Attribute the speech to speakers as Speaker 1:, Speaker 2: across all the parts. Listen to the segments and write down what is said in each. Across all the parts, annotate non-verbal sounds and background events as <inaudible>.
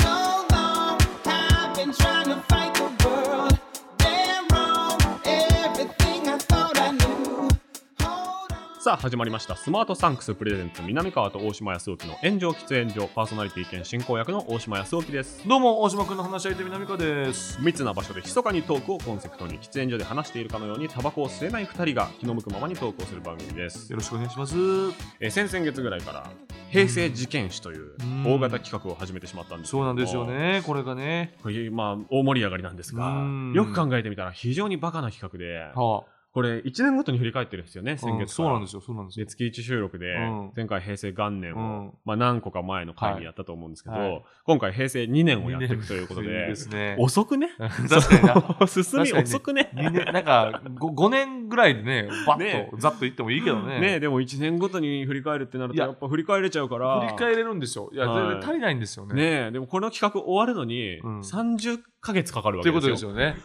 Speaker 1: So long, I've been trying to fight the world. Damn wrong, everything I thought I knew. Hold on.
Speaker 2: さあ始まりましたスマートサンクスプレゼンツ南川と大島康沖の炎上喫煙所パーソナリティ兼進行役の大島康沖です
Speaker 3: どうも、大島くんの話し相手南川です。
Speaker 2: 密な場所で密かにトークをコンセプトに喫煙所で話しているかのようにタバコを吸えない2人が気の向くままに投稿する番組です
Speaker 3: よろしくお願いします。
Speaker 2: えー先々月ぐらいから平成事件史という
Speaker 3: うん
Speaker 2: 大型企画を始めてしまったんですけ
Speaker 3: そう
Speaker 2: ども
Speaker 3: なんですよね、これがね。
Speaker 2: これまあ大盛り上がりなんですが
Speaker 3: うん
Speaker 2: よく考えてみたら非常にバカな企画で
Speaker 3: はあ、
Speaker 2: これ1年ごとに振り返ってるんですよね先
Speaker 3: うん
Speaker 2: 月か
Speaker 3: そう
Speaker 2: ら
Speaker 3: なんですよ、そうなんです
Speaker 2: で
Speaker 3: よ。
Speaker 2: 月1収録で
Speaker 3: うん
Speaker 2: 前回平成元年
Speaker 3: う
Speaker 2: を
Speaker 3: ん。
Speaker 2: まあ、何個か前の回にやったと思うんですけど、
Speaker 3: はい
Speaker 2: 今回平成2年をやっていくということ
Speaker 3: いい
Speaker 2: で
Speaker 3: で、すね。 <laughs>
Speaker 2: 遅くね
Speaker 3: 確かにな。
Speaker 2: <laughs> 進み遅くね
Speaker 3: 二年、なんか、ご5年ぐらいでね、バッ
Speaker 2: ね
Speaker 3: と、ざっと言ってもいいけどね。
Speaker 2: ねえでも1年ごとに振り返るってなると
Speaker 3: いや
Speaker 2: やっぱ振り返れちゃうから
Speaker 3: 振り返れるんですよ。いや、
Speaker 2: はい
Speaker 3: 全然足りないんですよね。
Speaker 2: ねえでもこの企画終わるのに
Speaker 3: うん
Speaker 2: 30ヶ月かかるわ
Speaker 3: とい
Speaker 2: け
Speaker 3: うことで
Speaker 2: ですすよ。
Speaker 3: よね。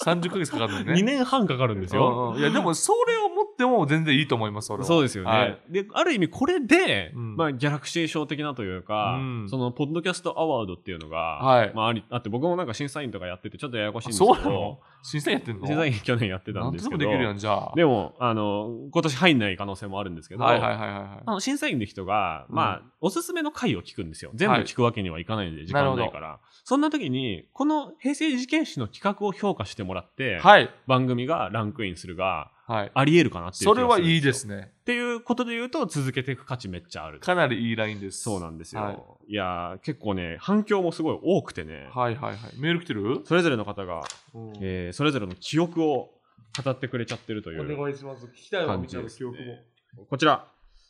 Speaker 3: 30ヶ月かかるのね。
Speaker 2: 2年半かかるんですよ。
Speaker 3: うんうんいや、でも、それを持っても全然いいと思います、俺は。
Speaker 2: そうですよね、
Speaker 3: はい
Speaker 2: である意味これで、
Speaker 3: うん
Speaker 2: まあ、ギャラクシー賞的なというか、
Speaker 3: うん
Speaker 2: そのポッドキャストアワードっていうのが、
Speaker 3: はい
Speaker 2: まあ、ありあって僕もなんか審査員とかやっててちょっとややこしいんですけ
Speaker 3: そ
Speaker 2: ど
Speaker 3: うなの審査員やってんの
Speaker 2: 審査員去年やってた
Speaker 3: なんん
Speaker 2: で
Speaker 3: と
Speaker 2: す
Speaker 3: で
Speaker 2: けど
Speaker 3: もできるやん、じゃあ。
Speaker 2: でも、あの、今年入んない可能性もあるんですけど、
Speaker 3: はいはいはいは
Speaker 2: あの審査員の人が、
Speaker 3: うん
Speaker 2: まあ、おすすめの回を聞くんですよ。全部聞くわけにはいかないんで、時間ないから。そんな時に、この平成事件史の企画を評価してもらって、
Speaker 3: い。はい。
Speaker 2: 番組がランクインするが、
Speaker 3: はい。
Speaker 2: あり得るかなっていう気
Speaker 3: そ
Speaker 2: が
Speaker 3: れ
Speaker 2: る
Speaker 3: はいいですね。
Speaker 2: っていうことで言うと、続けていく価値めっちゃある。
Speaker 3: かなりいいラインです。
Speaker 2: そうなんですよ。
Speaker 3: はい
Speaker 2: い、やー結構ね、反響もすごい多くてね、
Speaker 3: はいはいはい。メール来てる
Speaker 2: それぞれの方が、
Speaker 3: お
Speaker 2: えーそれぞれの記憶を語ってくれちゃってるという
Speaker 3: 願いします。聞きたいわ、
Speaker 2: 感
Speaker 3: み
Speaker 2: じ
Speaker 3: んな
Speaker 2: で
Speaker 3: の
Speaker 2: す、
Speaker 3: 記
Speaker 2: ね
Speaker 3: 憶も。。
Speaker 2: こちら、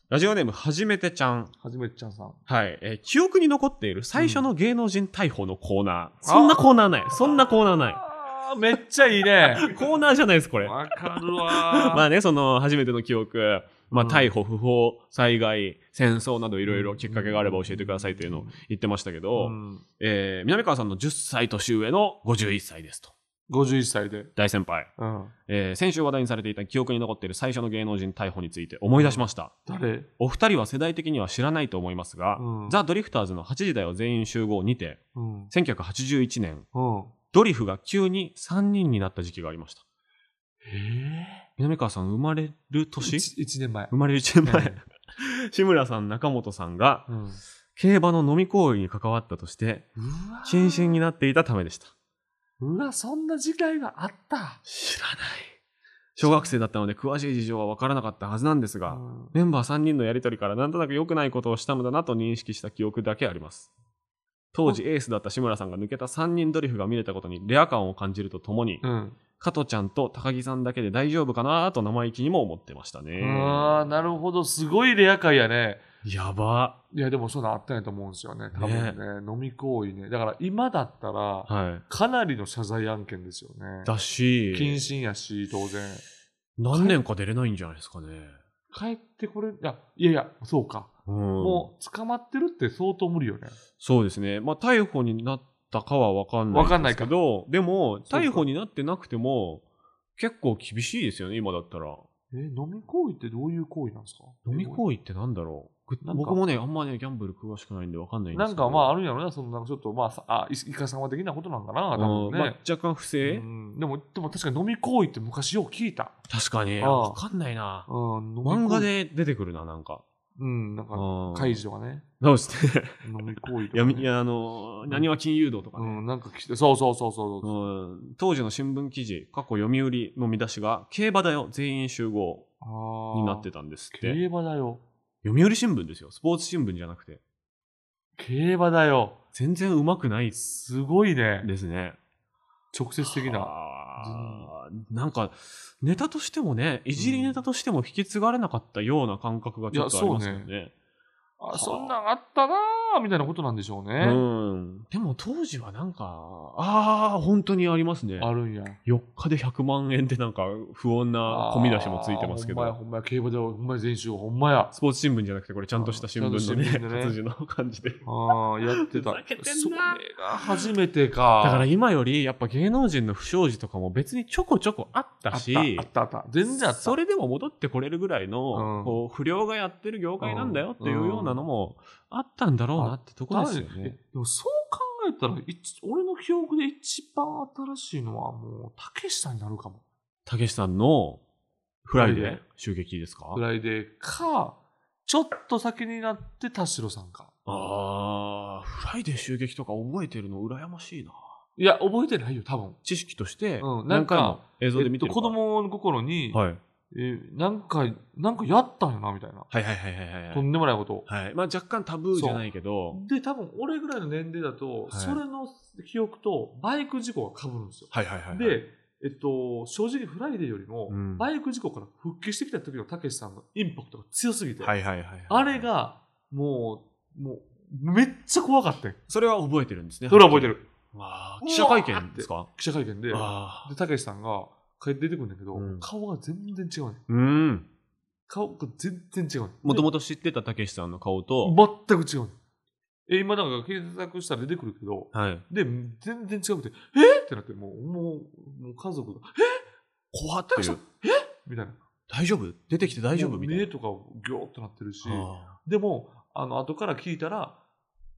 Speaker 2: ラジオネームはじめてちゃん。
Speaker 3: はじめちゃんさん。
Speaker 2: はい、えー記憶に残っている最初の芸能人逮捕のコーナー、
Speaker 3: ん
Speaker 2: そんなコーナーないそんなコーナーな
Speaker 3: あーめっちゃいいね。
Speaker 2: いコーナーじゃないですこれ
Speaker 3: わかるわー。
Speaker 2: まあねその初めての記憶、まあ、
Speaker 3: うん
Speaker 2: 逮捕不法災害戦争などいろいろきっかけがあれば教えてくださいというのを言ってましたけど、
Speaker 3: うん
Speaker 2: えー南川さんの10歳年上の51歳ですと
Speaker 3: 51歳で。
Speaker 2: 大先輩、
Speaker 3: うん。
Speaker 2: えー先週話題にされていた記憶に残っている最初の芸能人逮捕について思い出しました
Speaker 3: 誰
Speaker 2: お二人は世代的には知らないと思いますが、
Speaker 3: うん
Speaker 2: ザ・ドリフターズの8時代を全員集合にて
Speaker 3: うん。うん。
Speaker 2: 1981年ドリフが急に3人になった時期がありました。
Speaker 3: え
Speaker 2: 南川さん、生まれる
Speaker 3: ー、
Speaker 2: 年
Speaker 3: ?1 年前
Speaker 2: 生。まれる1年
Speaker 3: う
Speaker 2: 前。 <laughs> 志村さん、中本さんが
Speaker 3: うん。う
Speaker 2: 競馬の飲み行為に関わったとして、
Speaker 3: わ
Speaker 2: 謹慎になっていたためでした。
Speaker 3: うわ、そんな時代があった。
Speaker 2: 知らない。小学生だったので詳しい事情は分からなかったはずなんですが、
Speaker 3: うん
Speaker 2: メンバー3人のやりとりからなんとなく良くないことをしたのだなと認識した記憶だけあります。当時エースだった志村さんが抜けた3人ドリフが見れたことにレア感を感じるとともに、
Speaker 3: うん。
Speaker 2: 加トちゃんと高木さんだけで大丈夫かなと生意気にも思ってましたね。
Speaker 3: ああ、なるほど。すごいレア回やね。
Speaker 2: やば。
Speaker 3: いや、でもそんなんあったんやと思うんですよね。多分ね、飲み行為ね。だから今だったら、
Speaker 2: は
Speaker 3: かなりの謝罪案件ですよね
Speaker 2: い。。だし、
Speaker 3: 謹慎やし、当然。
Speaker 2: 何年か出れないんじゃないですかね。
Speaker 3: 帰ってこれ、いや、いやいや、そうか。
Speaker 2: うん、
Speaker 3: もう捕まってるって相当無理よね。
Speaker 2: そうですね。まあ、逮捕になったかは分かんない
Speaker 3: 分かんない
Speaker 2: です
Speaker 3: か
Speaker 2: けど、でも、
Speaker 3: そうか
Speaker 2: 逮捕になってなくても、結構厳しいですよね、今だったら。
Speaker 3: え、飲み行為ってどういう行為なんですか
Speaker 2: 飲み行為ってなんだろうぐ
Speaker 3: なんか
Speaker 2: 僕もね、あんまね、ギャンブル詳しくないんで分かんないんです
Speaker 3: な
Speaker 2: け
Speaker 3: ん
Speaker 2: ど。
Speaker 3: かまああ
Speaker 2: あ、
Speaker 3: るんやろな、そのなんかちょっとまあさ、あ、いいかさま的なことなんかな、多分
Speaker 2: まあ
Speaker 3: ね。、
Speaker 2: 若干不正、
Speaker 3: うんでも、でも確かに飲み行為って昔よう聞いた。
Speaker 2: 確かに。
Speaker 3: ああ
Speaker 2: 分かんないな。
Speaker 3: うん、飲み行為
Speaker 2: 漫画。で出てくるな、なんか。
Speaker 3: うん、なんか、
Speaker 2: うん
Speaker 3: 開示とかね。
Speaker 2: そうです <laughs> ね。
Speaker 3: 飲み行為とか、ね。
Speaker 2: 闇いやあの
Speaker 3: ん
Speaker 2: なにわ金融道とか
Speaker 3: う
Speaker 2: ね、
Speaker 3: ん、なんか来て、そうそうそうそう
Speaker 2: う
Speaker 3: そう。
Speaker 2: ん当時の新聞記事過去読売の見出しが競馬だよ全員集合
Speaker 3: ああ。
Speaker 2: になってたんですって
Speaker 3: 競馬だよ。
Speaker 2: 読売新聞ですよスポーツ新聞じゃなくて
Speaker 3: 競馬だよ。
Speaker 2: 全然うまくないです
Speaker 3: すごいね。
Speaker 2: ね
Speaker 3: 直接的な。
Speaker 2: あーなんかネタとしてもねいじりネタとしても引き継がれなかったような感覚がちょっとありますよね,、
Speaker 3: あ、そんなんあったなーみたいなことなんでしょうね。
Speaker 2: うん。でも当時はなんか、ああ、本当にありますね。
Speaker 3: あるんや。
Speaker 2: 4日で100万円ってなんか不穏な込み出しもついてますけど、
Speaker 3: あーほんまや、ほんまや、競馬で、ほんまや、全集、ほんまや。
Speaker 2: スポーツ新聞じゃなくて、これちゃんとした新聞の
Speaker 3: ちゃんと
Speaker 2: ね、 <laughs>
Speaker 3: 新聞でね
Speaker 2: 活字の感じで。
Speaker 3: ああ、やってた。
Speaker 2: <laughs> ふざけてんな
Speaker 3: それが初めてか。
Speaker 2: だから今より、やっぱ芸能人の不祥事とかも別にちょこちょこあったし、
Speaker 3: あった、あった、あった。全然あった。
Speaker 2: それでも戻ってこれるぐらいの、
Speaker 3: うん
Speaker 2: こう不良がやってる業界なんだよっていうようなのもあったんだろうなってとこですよ
Speaker 3: 誰
Speaker 2: ね。
Speaker 3: えでもそう考えたら、一俺の記憶で一番新しいのは、もう、竹下になるかも。
Speaker 2: たけしさんのフライ
Speaker 3: フラ
Speaker 2: デー
Speaker 3: イデ
Speaker 2: 襲撃ですか
Speaker 3: ぐらいで、か、ちょっと先になって田代さんか。
Speaker 2: ああ、フライデー襲撃とか覚えてるの羨ましいな。
Speaker 3: いや、覚えてないよ、多分。
Speaker 2: 知識として
Speaker 3: うんな
Speaker 2: 何
Speaker 3: んか
Speaker 2: 回も映像で
Speaker 3: えっ
Speaker 2: 見て
Speaker 3: と
Speaker 2: る
Speaker 3: 子
Speaker 2: から、
Speaker 3: 供の心に、
Speaker 2: はい、
Speaker 3: えーなんか、なんかやったんよな、みたいな。
Speaker 2: はいはいはいはいは
Speaker 3: と
Speaker 2: い、
Speaker 3: んでもないことを。
Speaker 2: はいまあ、若干タブーじゃないけど
Speaker 3: で、多分、俺ぐらいの年齢だと、
Speaker 2: い
Speaker 3: それの記憶とバイク事故が被るんですよ。
Speaker 2: はいはいはいはい
Speaker 3: で、えっと、正直フライデーよりも、
Speaker 2: うん
Speaker 3: バイク事故から復帰してきた時のたけしさんのインパクトが強すぎて、
Speaker 2: はいはいはいはい
Speaker 3: あれが、もう、もう、めっちゃ怖かったよ。
Speaker 2: それは覚えてるんですね
Speaker 3: それは覚えてる。
Speaker 2: あー
Speaker 3: うわー
Speaker 2: 記者会見ですか
Speaker 3: 記者会見で、
Speaker 2: ああ
Speaker 3: で、たけしさんが帰って出てくるんだけど、
Speaker 2: うん
Speaker 3: 顔が全然違うね。
Speaker 2: うん
Speaker 3: 顔が全然違うね。
Speaker 2: もともと知ってたたけしさんの顔と、
Speaker 3: 全く違うね。え、今なんか検索したら出てくるけど、
Speaker 2: はい、
Speaker 3: で、全然違くて、えってなって、もう、もう、もう家族が、え
Speaker 2: 怖って
Speaker 3: たけ
Speaker 2: る
Speaker 3: しさん、えみたいな。
Speaker 2: 大丈夫出てきて大丈
Speaker 3: も
Speaker 2: 夫
Speaker 3: う
Speaker 2: みたいな
Speaker 3: 目とかギョーっとなってるし、
Speaker 2: あ
Speaker 3: でも、あの、後から聞いたら、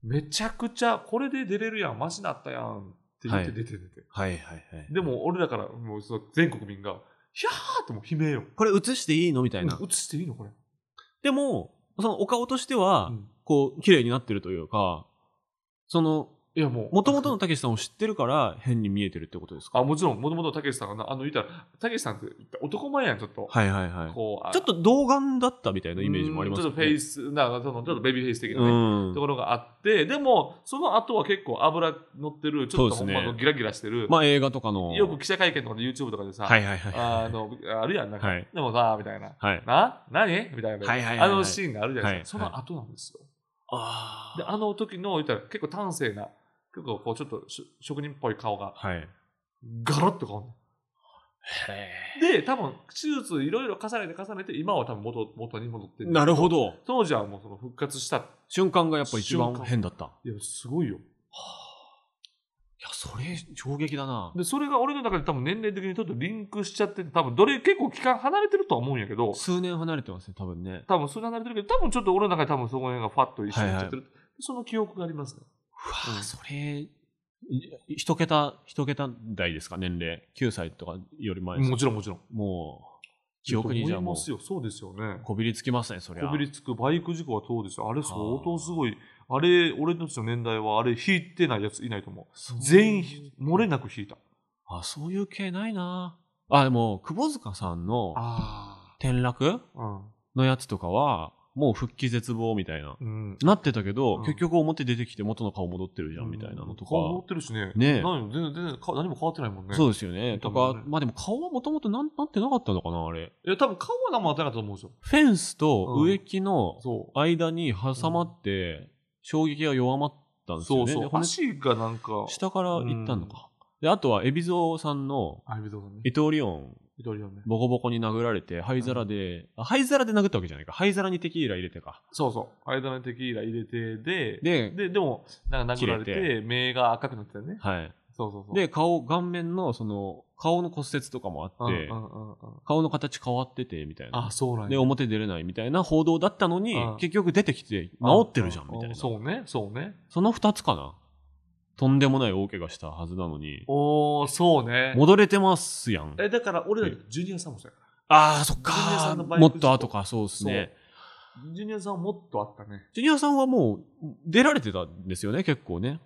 Speaker 3: めちゃくちゃ、これで出れるやん、マジだったやんって言って
Speaker 2: は
Speaker 3: 出て出て。
Speaker 2: ーはいはいはい
Speaker 3: でも、俺らから、もうその全国民が、ひゃーってもう悲鳴よ。
Speaker 2: これ映していいのみたいな、
Speaker 3: 映していいのこれ。
Speaker 2: でもそのお顔としては、
Speaker 3: うん
Speaker 2: こう綺麗になってるというかその
Speaker 3: いや、もう。
Speaker 2: もともとのたけしさんを知ってるから変に見えてるってことですか
Speaker 3: <laughs> あ、もちろん、もともとたけしさんがな、あの、いたら、たけしさんって男前やん、ちょっと。
Speaker 2: はいはいはい。
Speaker 3: こう、あ
Speaker 2: ちょっと童顔だったみたいなイメージもあります
Speaker 3: うんちょっとフェイス、なんかその、ちょっとベビーフェイス的な
Speaker 2: う
Speaker 3: ね。
Speaker 2: ん
Speaker 3: と。ころがあって、でも、その後は結構油乗ってる、ちょっと
Speaker 2: そ
Speaker 3: ほ
Speaker 2: うで
Speaker 3: ん
Speaker 2: すね
Speaker 3: まのギラギラしてる、
Speaker 2: まあ映画とかの。
Speaker 3: よく記者会見とかで YouTube とかでさ、
Speaker 2: はいはいはい。
Speaker 3: あの、あるやん、なんか、
Speaker 2: はい
Speaker 3: でもさ、みたいな。
Speaker 2: はい。
Speaker 3: な何みたいな、
Speaker 2: はいはいはいはい
Speaker 3: あのシーンがあるじゃないですか。
Speaker 2: はいは
Speaker 3: その後なんですよ。
Speaker 2: あ
Speaker 3: で、あの時の、言ったら結構端正な、結構こうちょっとし職人っぽい顔が、
Speaker 2: はい。
Speaker 3: ガラッと変わる。で、多分、手術いろいろ重ねて重ねて、今は多分元元に戻ってる
Speaker 2: なるほど。
Speaker 3: 当時はもうその復活した。
Speaker 2: 瞬間がやっぱ一番
Speaker 3: 瞬間
Speaker 2: 変だった。い
Speaker 3: いや、すごいよ。
Speaker 2: や、それ衝撃だな。
Speaker 3: で、それが俺の中で多分年齢的にちょっとリンクしちゃってて、多分どれ結構期間離れてるとは思うんやけど、
Speaker 2: 数年離れてますね、多分ね。
Speaker 3: 多分それ離れてるけど、多分ちょっと俺の中で多分そこら辺がファッと一緒になっちゃってる。その記憶がありますね。
Speaker 2: うわ
Speaker 3: うん
Speaker 2: それ、い一桁、一桁台ですか、年齢。9歳とかより前です
Speaker 3: もちろんもちろん。
Speaker 2: もう、記憶にじゃあも
Speaker 3: 思います
Speaker 2: う、
Speaker 3: よ。そうですよね。
Speaker 2: こびりつきますね、そりゃ。
Speaker 3: こびりつくバイク事故はそうですよ。あれ相当すごい。あれ、俺たちの年代はあれ引いてないやついないと思。
Speaker 2: そうう
Speaker 3: 全員ひ、漏れなく引いた。
Speaker 2: あ、そういう系ないな。あ、でも、窪塚さんの
Speaker 3: あ
Speaker 2: 転落
Speaker 3: あ。
Speaker 2: のやつとかは、もう復帰絶望みたいな。
Speaker 3: うん。
Speaker 2: なってたけど、
Speaker 3: うん
Speaker 2: 結局表出てきて元の顔戻ってるじゃん、みたいなのとか。
Speaker 3: 顔持ってるしね。
Speaker 2: ねえ
Speaker 3: 何も全然、全然か何も変わってないもんね。
Speaker 2: そうですよね。とか、
Speaker 3: 多分ね
Speaker 2: まあでも顔はもともとなんなってなかったのかな、あれ。
Speaker 3: いや、多分顔は何も当たらないと思うんですよ。
Speaker 2: フェンスと植木の
Speaker 3: そ
Speaker 2: 間に挟まって、衝撃が弱まったん
Speaker 3: う。
Speaker 2: ですよ
Speaker 3: そ
Speaker 2: ね。
Speaker 3: う
Speaker 2: で
Speaker 3: そう。
Speaker 2: 骨
Speaker 3: 足がなんか、
Speaker 2: 下から行ったのか。で、あとは、海老蔵さんの、
Speaker 3: あ、エビドね。
Speaker 2: 伊藤リオン、
Speaker 3: イタリアンね。
Speaker 2: ボコボコに殴られて、灰皿で、あ灰皿で殴ったわけじゃないか。灰皿にテキーラ入れてか。
Speaker 3: そうそう。間のテキーラ入れて、で、
Speaker 2: で、
Speaker 3: で、でも、なんか殴られ
Speaker 2: 切
Speaker 3: て、目が赤くなってたよね。
Speaker 2: はい。
Speaker 3: そうそうそう。
Speaker 2: で、顔、顔面の、その、顔の骨折とかもあ
Speaker 3: う
Speaker 2: っ
Speaker 3: ん、
Speaker 2: て、
Speaker 3: うんうんうん。
Speaker 2: 顔の形変わってて、みたいな
Speaker 3: あ、。そうなんや
Speaker 2: で、表出れないみたいな報道だったのに
Speaker 3: うん、
Speaker 2: 結局出てきて、治ってるじゃん、みたいな。
Speaker 3: そうね、そうね。
Speaker 2: その二つかな。とんでもない大怪我したはずなのに、
Speaker 3: おー、そうね。
Speaker 2: 戻れてますやん。
Speaker 3: え、だから俺らジュニアさんもそうやか
Speaker 2: ああ、そっ
Speaker 3: ジュニアさ
Speaker 2: か
Speaker 3: んの。バイク
Speaker 2: もっと後か、そうですね。
Speaker 3: ら。ジュニアさんはもっとあったね。
Speaker 2: ジュニアさんはもう、出られてたんですよね、結構ね。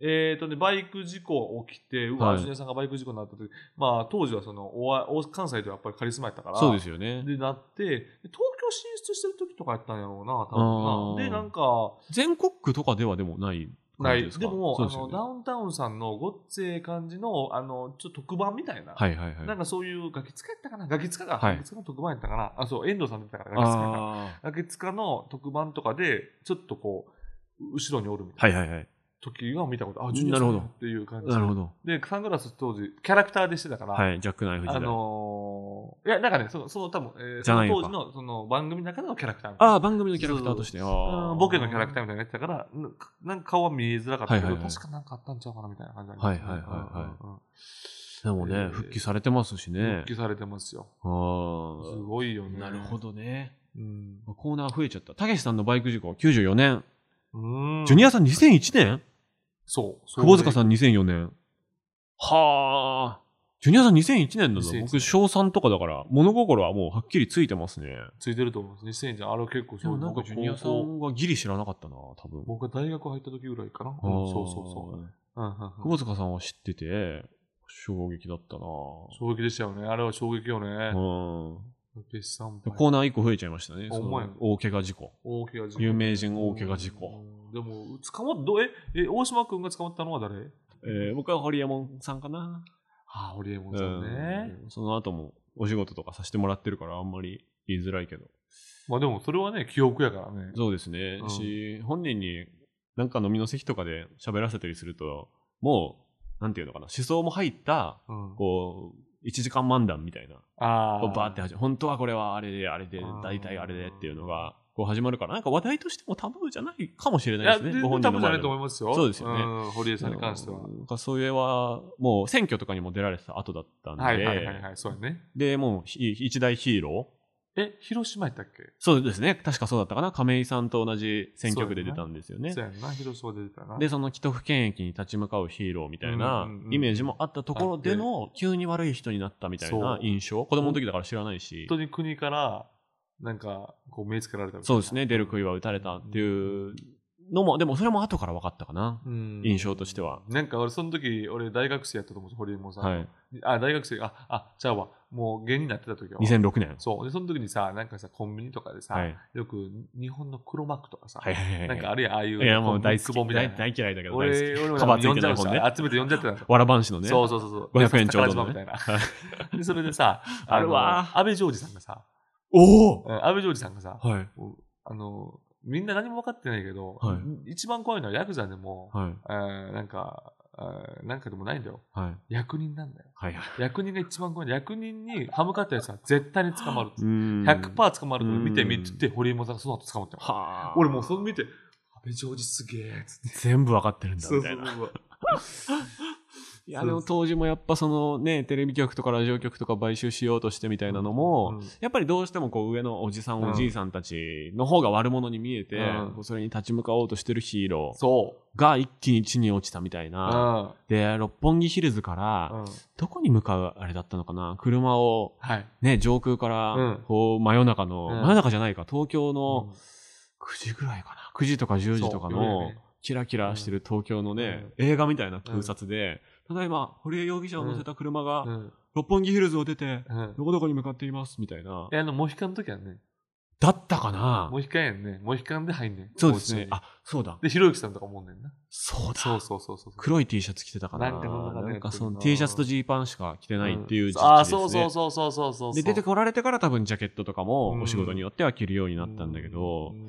Speaker 3: えーとね、バイク事故起きて、うわ、
Speaker 2: はい
Speaker 3: ジュニアさんがバイク事故になった時、まあ当時はその、おわお関西ではやっぱりカリスマやったから、
Speaker 2: そうですよね。
Speaker 3: でなって、で東京進出してる時とかやったんやろうな、多分な。
Speaker 2: あー
Speaker 3: で、なんか、
Speaker 2: 全国区とかではでもない
Speaker 3: な
Speaker 2: 感じ
Speaker 3: い。
Speaker 2: です
Speaker 3: で
Speaker 2: か
Speaker 3: も、
Speaker 2: そう
Speaker 3: あ
Speaker 2: ですよ
Speaker 3: の、
Speaker 2: ね
Speaker 3: ダウンタウンさんのごっつええ感じの、あの、ちょっと特番みたいな。
Speaker 2: はいはいはい。
Speaker 3: なんかそういうガキ使やったかなガキ使
Speaker 2: は
Speaker 3: が、
Speaker 2: い
Speaker 3: ガキ使の特番やったかなあ、そう、遠藤さんだったからガキ使やな
Speaker 2: あ
Speaker 3: ガキ使の特番とかで、ちょっとこう、後ろにおるみたいな
Speaker 2: はいはいはい。
Speaker 3: 時は見たことあジュニアさ
Speaker 2: なる
Speaker 3: ん
Speaker 2: ほど
Speaker 3: っていう感じで
Speaker 2: なるほど。
Speaker 3: でサングラス当時キャラクターでしてたから、
Speaker 2: はい、ジャックナイフ時代。
Speaker 3: あ
Speaker 2: あ
Speaker 3: のーいやなんかねそのその多分、えー
Speaker 2: じゃないのか
Speaker 3: その当時のその番組の中のキャラクターみたいな
Speaker 2: あー、番組のキャラクターとして。あ
Speaker 3: う
Speaker 2: ー
Speaker 3: んボケのキャラクターみたいなのやってたから、ななんか顔は見えづらかったけど、
Speaker 2: はいはいはい
Speaker 3: 確かなんかあったんちゃうかなみたいな感じありますね
Speaker 2: はいはいはいはい
Speaker 3: うんうんうん
Speaker 2: でもね、
Speaker 3: えー
Speaker 2: 復帰されてますしね
Speaker 3: 復。帰されてますよ。
Speaker 2: あ
Speaker 3: す
Speaker 2: ー
Speaker 3: ごいよね。
Speaker 2: なるほ。どね。
Speaker 3: うん。
Speaker 2: コーナー増えちゃった。たけしさんのバイク事故は94年。
Speaker 3: うん
Speaker 2: ジュニアさん2001年
Speaker 3: そう。そう
Speaker 2: 窪塚さん2004年。はあ。ジュニアさん2001年なんだ。
Speaker 3: 2001
Speaker 2: 僕、小3とかだから、物心はもうはっきりついてますね。
Speaker 3: ついてると思います。2000じゃん。あれは結構
Speaker 2: で
Speaker 3: そう
Speaker 2: もなんかジュニアさ
Speaker 3: 僕高校
Speaker 2: んはギリ知らなかったな、多分。
Speaker 3: 僕が大学入った時ぐらいかな。うん
Speaker 2: あー
Speaker 3: そうそうそう。うんうんうん
Speaker 2: 窪塚さんは知ってて、衝撃だったな。
Speaker 3: 衝撃でしたよね。あれは衝撃よね。
Speaker 2: うん。
Speaker 3: 決算
Speaker 2: コーナー1個増えちゃいましたね。
Speaker 3: ほんまや
Speaker 2: その大怪我事故。
Speaker 3: 大怪我事故。
Speaker 2: 有名人大怪我事故
Speaker 3: うん。でも、捕まっどえ、え、大島君が捕まったのは誰
Speaker 2: えー僕は堀エモ門さんかな。
Speaker 3: ああ、ホリエモンさんね。
Speaker 2: うんその後もお仕事とかさせてもらってるから、あんまり言いづらいけど。
Speaker 3: まあでも、それはね、記憶やからね。
Speaker 2: そうですね。
Speaker 3: うん
Speaker 2: し、本人になんか飲みの席とかで喋らせたりすると、もう、なんていうのかな、思想も入った、
Speaker 3: うん、
Speaker 2: こう、1時間漫談みたいな、
Speaker 3: あ
Speaker 2: こうバーって始ま本当はこれはあれで、あれで
Speaker 3: あー、
Speaker 2: 大体あれでっていうのが、こう始まるから、なんか話題としてもタブーじゃないかもしれ
Speaker 3: い
Speaker 2: ない
Speaker 3: や、
Speaker 2: です
Speaker 3: 全
Speaker 2: ね。
Speaker 3: 然
Speaker 2: ご本
Speaker 3: 多
Speaker 2: 人の
Speaker 3: 分じゃ
Speaker 2: 前
Speaker 3: ない
Speaker 2: で
Speaker 3: と
Speaker 2: も
Speaker 3: 思いますよ。
Speaker 2: そうですよね
Speaker 3: うん、堀江さんに関しては。
Speaker 2: なんかそれは、もう選挙とかにも出られてた後だったんで、
Speaker 3: はいはいはいはい、そうやね。
Speaker 2: で、もうひ一大ヒーロー、
Speaker 3: え、広島やったっけ
Speaker 2: そうですね、確かそうだったかな、亀井さんと同じ選挙区で出たんですよね。
Speaker 3: そうやんな、広島で出たな。
Speaker 2: で、その既得権益に立ち向かうヒーローみたいな
Speaker 3: うんうんうん
Speaker 2: イメージもあったところでの、急に悪い人になったみたい
Speaker 3: そう
Speaker 2: な印象、子供の時だから知らないし
Speaker 3: 本、当に国から、なんか、こう、目つけられたみたい
Speaker 2: そう
Speaker 3: な
Speaker 2: ですね、出る杭は打たれたっていうのも、でもそれも後から分かったかな、
Speaker 3: うん
Speaker 2: 印象としては。
Speaker 3: なんか俺、その時、俺、大学生やったと思うんですよ、堀江門さん。
Speaker 2: はい、
Speaker 3: あ、大学生、あ、あ、ちゃうわ。もう芸人になってた時は。
Speaker 2: 2006年。
Speaker 3: そう。で、その時にさ、なんかさ、コンビニとかでさ、
Speaker 2: はい
Speaker 3: よく日本の黒幕とかさ、
Speaker 2: はいはいはい
Speaker 3: なんかあるやん、ああいう。
Speaker 2: いや、もう大
Speaker 3: こ
Speaker 2: 好
Speaker 3: うビッグボン
Speaker 2: き。
Speaker 3: みたい
Speaker 2: 大
Speaker 3: な。
Speaker 2: 大嫌いだけど大好き。
Speaker 3: 俺、俺も
Speaker 2: カバーつい
Speaker 3: 呼ん
Speaker 2: て
Speaker 3: じ
Speaker 2: な
Speaker 3: ゃ
Speaker 2: い
Speaker 3: まし
Speaker 2: 本
Speaker 3: た。
Speaker 2: ね
Speaker 3: 集めて呼んじゃってたんですよ。
Speaker 2: わらばんしのね。
Speaker 3: そうそうそうそう。
Speaker 2: 500円ちょうどのね
Speaker 3: 宝島みたいな。で、 <laughs> それでさ、
Speaker 2: <laughs> あるわ
Speaker 3: の安倍ジョージさんがさ、
Speaker 2: おお
Speaker 3: うん安倍ジョージさんがさ、
Speaker 2: はい。
Speaker 3: あの、みんな何も分かってないけど、
Speaker 2: は
Speaker 3: 一番怖いのはヤクザでも、
Speaker 2: はい。
Speaker 3: えーなんか、えーなんかでもないんだよ。
Speaker 2: はい。
Speaker 3: 役人なんだよ。
Speaker 2: はい。
Speaker 3: 役人が一番怖い。役人に歯向かったやつは絶対に捕まる。
Speaker 2: ん
Speaker 3: 100%捕まるのを見てみ
Speaker 2: うん
Speaker 3: って言って、堀江門さんがその後捕まったの。
Speaker 2: はあ。
Speaker 3: 俺もうその見て、安倍ジョージすげえっつって。
Speaker 2: 全部わかってるんだ、みたいな。
Speaker 3: そう。
Speaker 2: いや、でも当時もやっぱそのね、テレビ局とかラジオ局とか買収しようとしてみたいなのも、
Speaker 3: うん
Speaker 2: やっぱりどうしてもこう上のおじさん、
Speaker 3: うん
Speaker 2: おじいさんたちの方が悪者に見えて、
Speaker 3: うん
Speaker 2: こうそれに立ち向かおうとしてるヒーロー
Speaker 3: そ。
Speaker 2: が一気に地に落ちたみたいうな。で、六本木ヒルズから、
Speaker 3: うんうん
Speaker 2: どこに向かうあれだったのかな車を
Speaker 3: はい。
Speaker 2: ね、上空か
Speaker 3: うん
Speaker 2: ら、こう、真夜中の、
Speaker 3: うん
Speaker 2: 真夜中じゃないか、東京
Speaker 3: う
Speaker 2: の
Speaker 3: ん
Speaker 2: 9時ぐらいかな、9時とか10時とか
Speaker 3: そう夜や
Speaker 2: の
Speaker 3: ね、
Speaker 2: キラキラしてる東京のね、映画みたいな空撮で、ただいま、堀江容疑者を乗せた車
Speaker 3: う
Speaker 2: が、
Speaker 3: ん
Speaker 2: 六本木ヒルズを出て、
Speaker 3: うん。
Speaker 2: どこどこに向かっています、みたいな
Speaker 3: え、。あの、モヒカンの時はね、
Speaker 2: だったかな
Speaker 3: モヒカンやんね。モヒカンで入んねん。
Speaker 2: そうです
Speaker 3: お家
Speaker 2: ね
Speaker 3: に。
Speaker 2: あ、そうだ。
Speaker 3: で、ひろゆきさんとかもおんねんな。
Speaker 2: そうだ。
Speaker 3: そうそうそうそう。
Speaker 2: 黒い T シャツ着てたかな。
Speaker 3: なんかそんな感じだ
Speaker 2: なんかそ
Speaker 3: やってる
Speaker 2: の
Speaker 3: な
Speaker 2: T シャツとジーパンしか着てないっていう時期ですね。
Speaker 3: ああ、そうそうそうそうそうそうそう。
Speaker 2: で、出てこられてから多分ジャケットとか
Speaker 3: うん
Speaker 2: もお仕事によっては着るようになったんだけ
Speaker 3: う
Speaker 2: ど、
Speaker 3: ん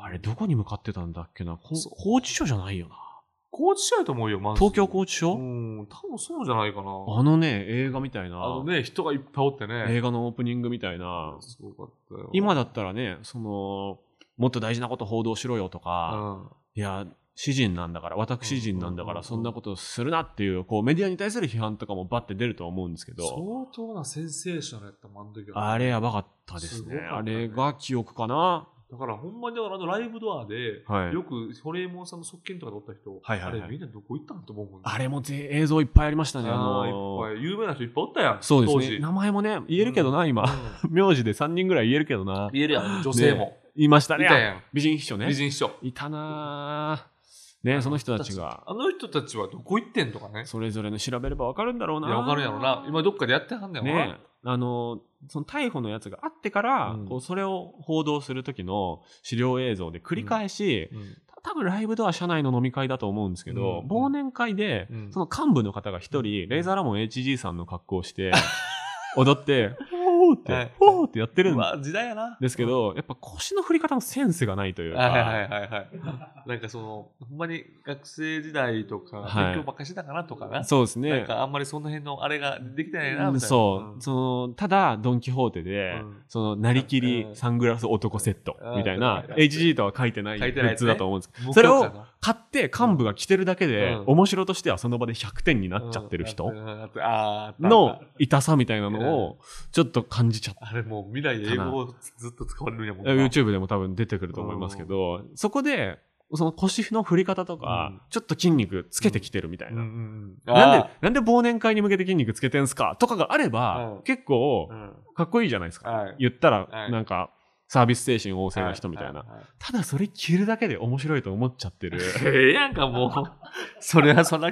Speaker 2: あれどこに向かってたんだっけなこ
Speaker 3: そう
Speaker 2: 高知署じゃないよな。
Speaker 3: 高知市やと思うよ、まず
Speaker 2: 東京高知
Speaker 3: う
Speaker 2: 署
Speaker 3: ん、多分そうじゃないかな。
Speaker 2: あのね、映画みたい
Speaker 3: あの
Speaker 2: な、
Speaker 3: ね、人がいっぱいおってね。
Speaker 2: 映画のオープニングみたいな、
Speaker 3: すごかったよ。
Speaker 2: 今だったらね、その、もっと大事なこと報道しろよとか、
Speaker 3: う
Speaker 2: い
Speaker 3: ん
Speaker 2: や、詩人なんだから、私人なんだか
Speaker 3: うんうんうんうん
Speaker 2: ら、そんなことするなっていう、こう、メディアに対する批判とかもバッて出ると思うんですけど、
Speaker 3: 相当なセンセーションやったもん、あの時は。
Speaker 2: あれやばかったですす
Speaker 3: ごか
Speaker 2: ね。
Speaker 3: ったね
Speaker 2: あれが記憶かな。
Speaker 3: だから、ほんまに、だから、あのライブドアで、
Speaker 2: はい。
Speaker 3: よく、ホレイモンさんの側近とかでおった人、
Speaker 2: はいはいはい
Speaker 3: あれ、みんなどこ行ったんと思うもんね。
Speaker 2: あれもぜ映像いっぱいありました
Speaker 3: あ
Speaker 2: ね。
Speaker 3: ー、
Speaker 2: あの
Speaker 3: いっぱい。有名な人いっぱいおったやん。
Speaker 2: そう
Speaker 3: 当
Speaker 2: ですね。
Speaker 3: 時。
Speaker 2: 名前もね、言えるけどな、今。 <laughs>
Speaker 3: う
Speaker 2: 名字で3人ぐらい言えるけどな。<laughs>
Speaker 3: ん言えるやん、女性も。
Speaker 2: いました
Speaker 3: いた
Speaker 2: ね。
Speaker 3: やん。
Speaker 2: 美人秘書ね
Speaker 3: 美。人秘書。
Speaker 2: いたなぁね、その人たちが、
Speaker 3: あの人たちはどこ行ってんとかね。
Speaker 2: それぞれの調べればわかるんだろう
Speaker 3: い
Speaker 2: な。
Speaker 3: や、わかるやろな。今どっかでやってはんねんわ。
Speaker 2: ねあの、その逮捕のやつがあってから、
Speaker 3: うん
Speaker 2: こうそれを報道する時の資料映像で繰り返し、
Speaker 3: うん
Speaker 2: た多分ライブドア社内の飲み会だと思うんですけど、
Speaker 3: うん
Speaker 2: 忘年会で、
Speaker 3: うん <laughs>
Speaker 2: その幹部の方が一人、レイザーラモン HG さんの格好をして、踊って、ほーっ
Speaker 3: はい
Speaker 2: て、ほーってやってる
Speaker 3: うんわ時代やな。
Speaker 2: ですけど、やっぱ腰の振り方のセンスがないというか、
Speaker 3: はいはいはいはい。なんかその、ほんまに学生時代とか、
Speaker 2: はい
Speaker 3: 勉強ばっかしてたかなとかな。
Speaker 2: そうです
Speaker 3: なん
Speaker 2: ね。
Speaker 3: かあんまりその辺のあれができてないなみたいな。
Speaker 2: うんそう、
Speaker 3: ん
Speaker 2: そのただドン・キホーテで、
Speaker 3: うん
Speaker 2: そのなりきり
Speaker 3: うん
Speaker 2: サングラス男セットみたいな、
Speaker 3: うん
Speaker 2: HG とは書いてないグ
Speaker 3: 書いてない
Speaker 2: ッ
Speaker 3: やつ
Speaker 2: ズ
Speaker 3: ね
Speaker 2: だと思うんですけど、
Speaker 3: 無
Speaker 2: それ
Speaker 3: 効
Speaker 2: を
Speaker 3: 者な
Speaker 2: 買って幹部が着てるだけで、
Speaker 3: うん
Speaker 2: 面白としてはその場で100点になっちゃってる
Speaker 3: う
Speaker 2: 人
Speaker 3: んあったあった
Speaker 2: の痛さみたいなのをちょっと感じちゃった。
Speaker 3: あれもう未来英語をずっと使われるんやもんな。
Speaker 2: YouTube でも多分出てくると思いますけど、そこでその腰の振り方とか、
Speaker 3: うん
Speaker 2: ちょっと筋肉つけてきてるみたい
Speaker 3: うんう
Speaker 2: な、
Speaker 3: んうん。
Speaker 2: なん
Speaker 3: あ
Speaker 2: でなんで忘年会に向けて筋肉つけてんすかとかがあれば、
Speaker 3: うん
Speaker 2: 結構、
Speaker 3: ーうん
Speaker 2: かっこいいじゃないですか、
Speaker 3: はい
Speaker 2: 言った
Speaker 3: は
Speaker 2: ら
Speaker 3: い
Speaker 2: なんかサービス精神旺盛な人みたいな、
Speaker 3: ははは
Speaker 2: ただそれ着るだけで面白いと思っちゃ
Speaker 3: <laughs>
Speaker 2: ってる
Speaker 3: ええやんか、もう。それはそんな、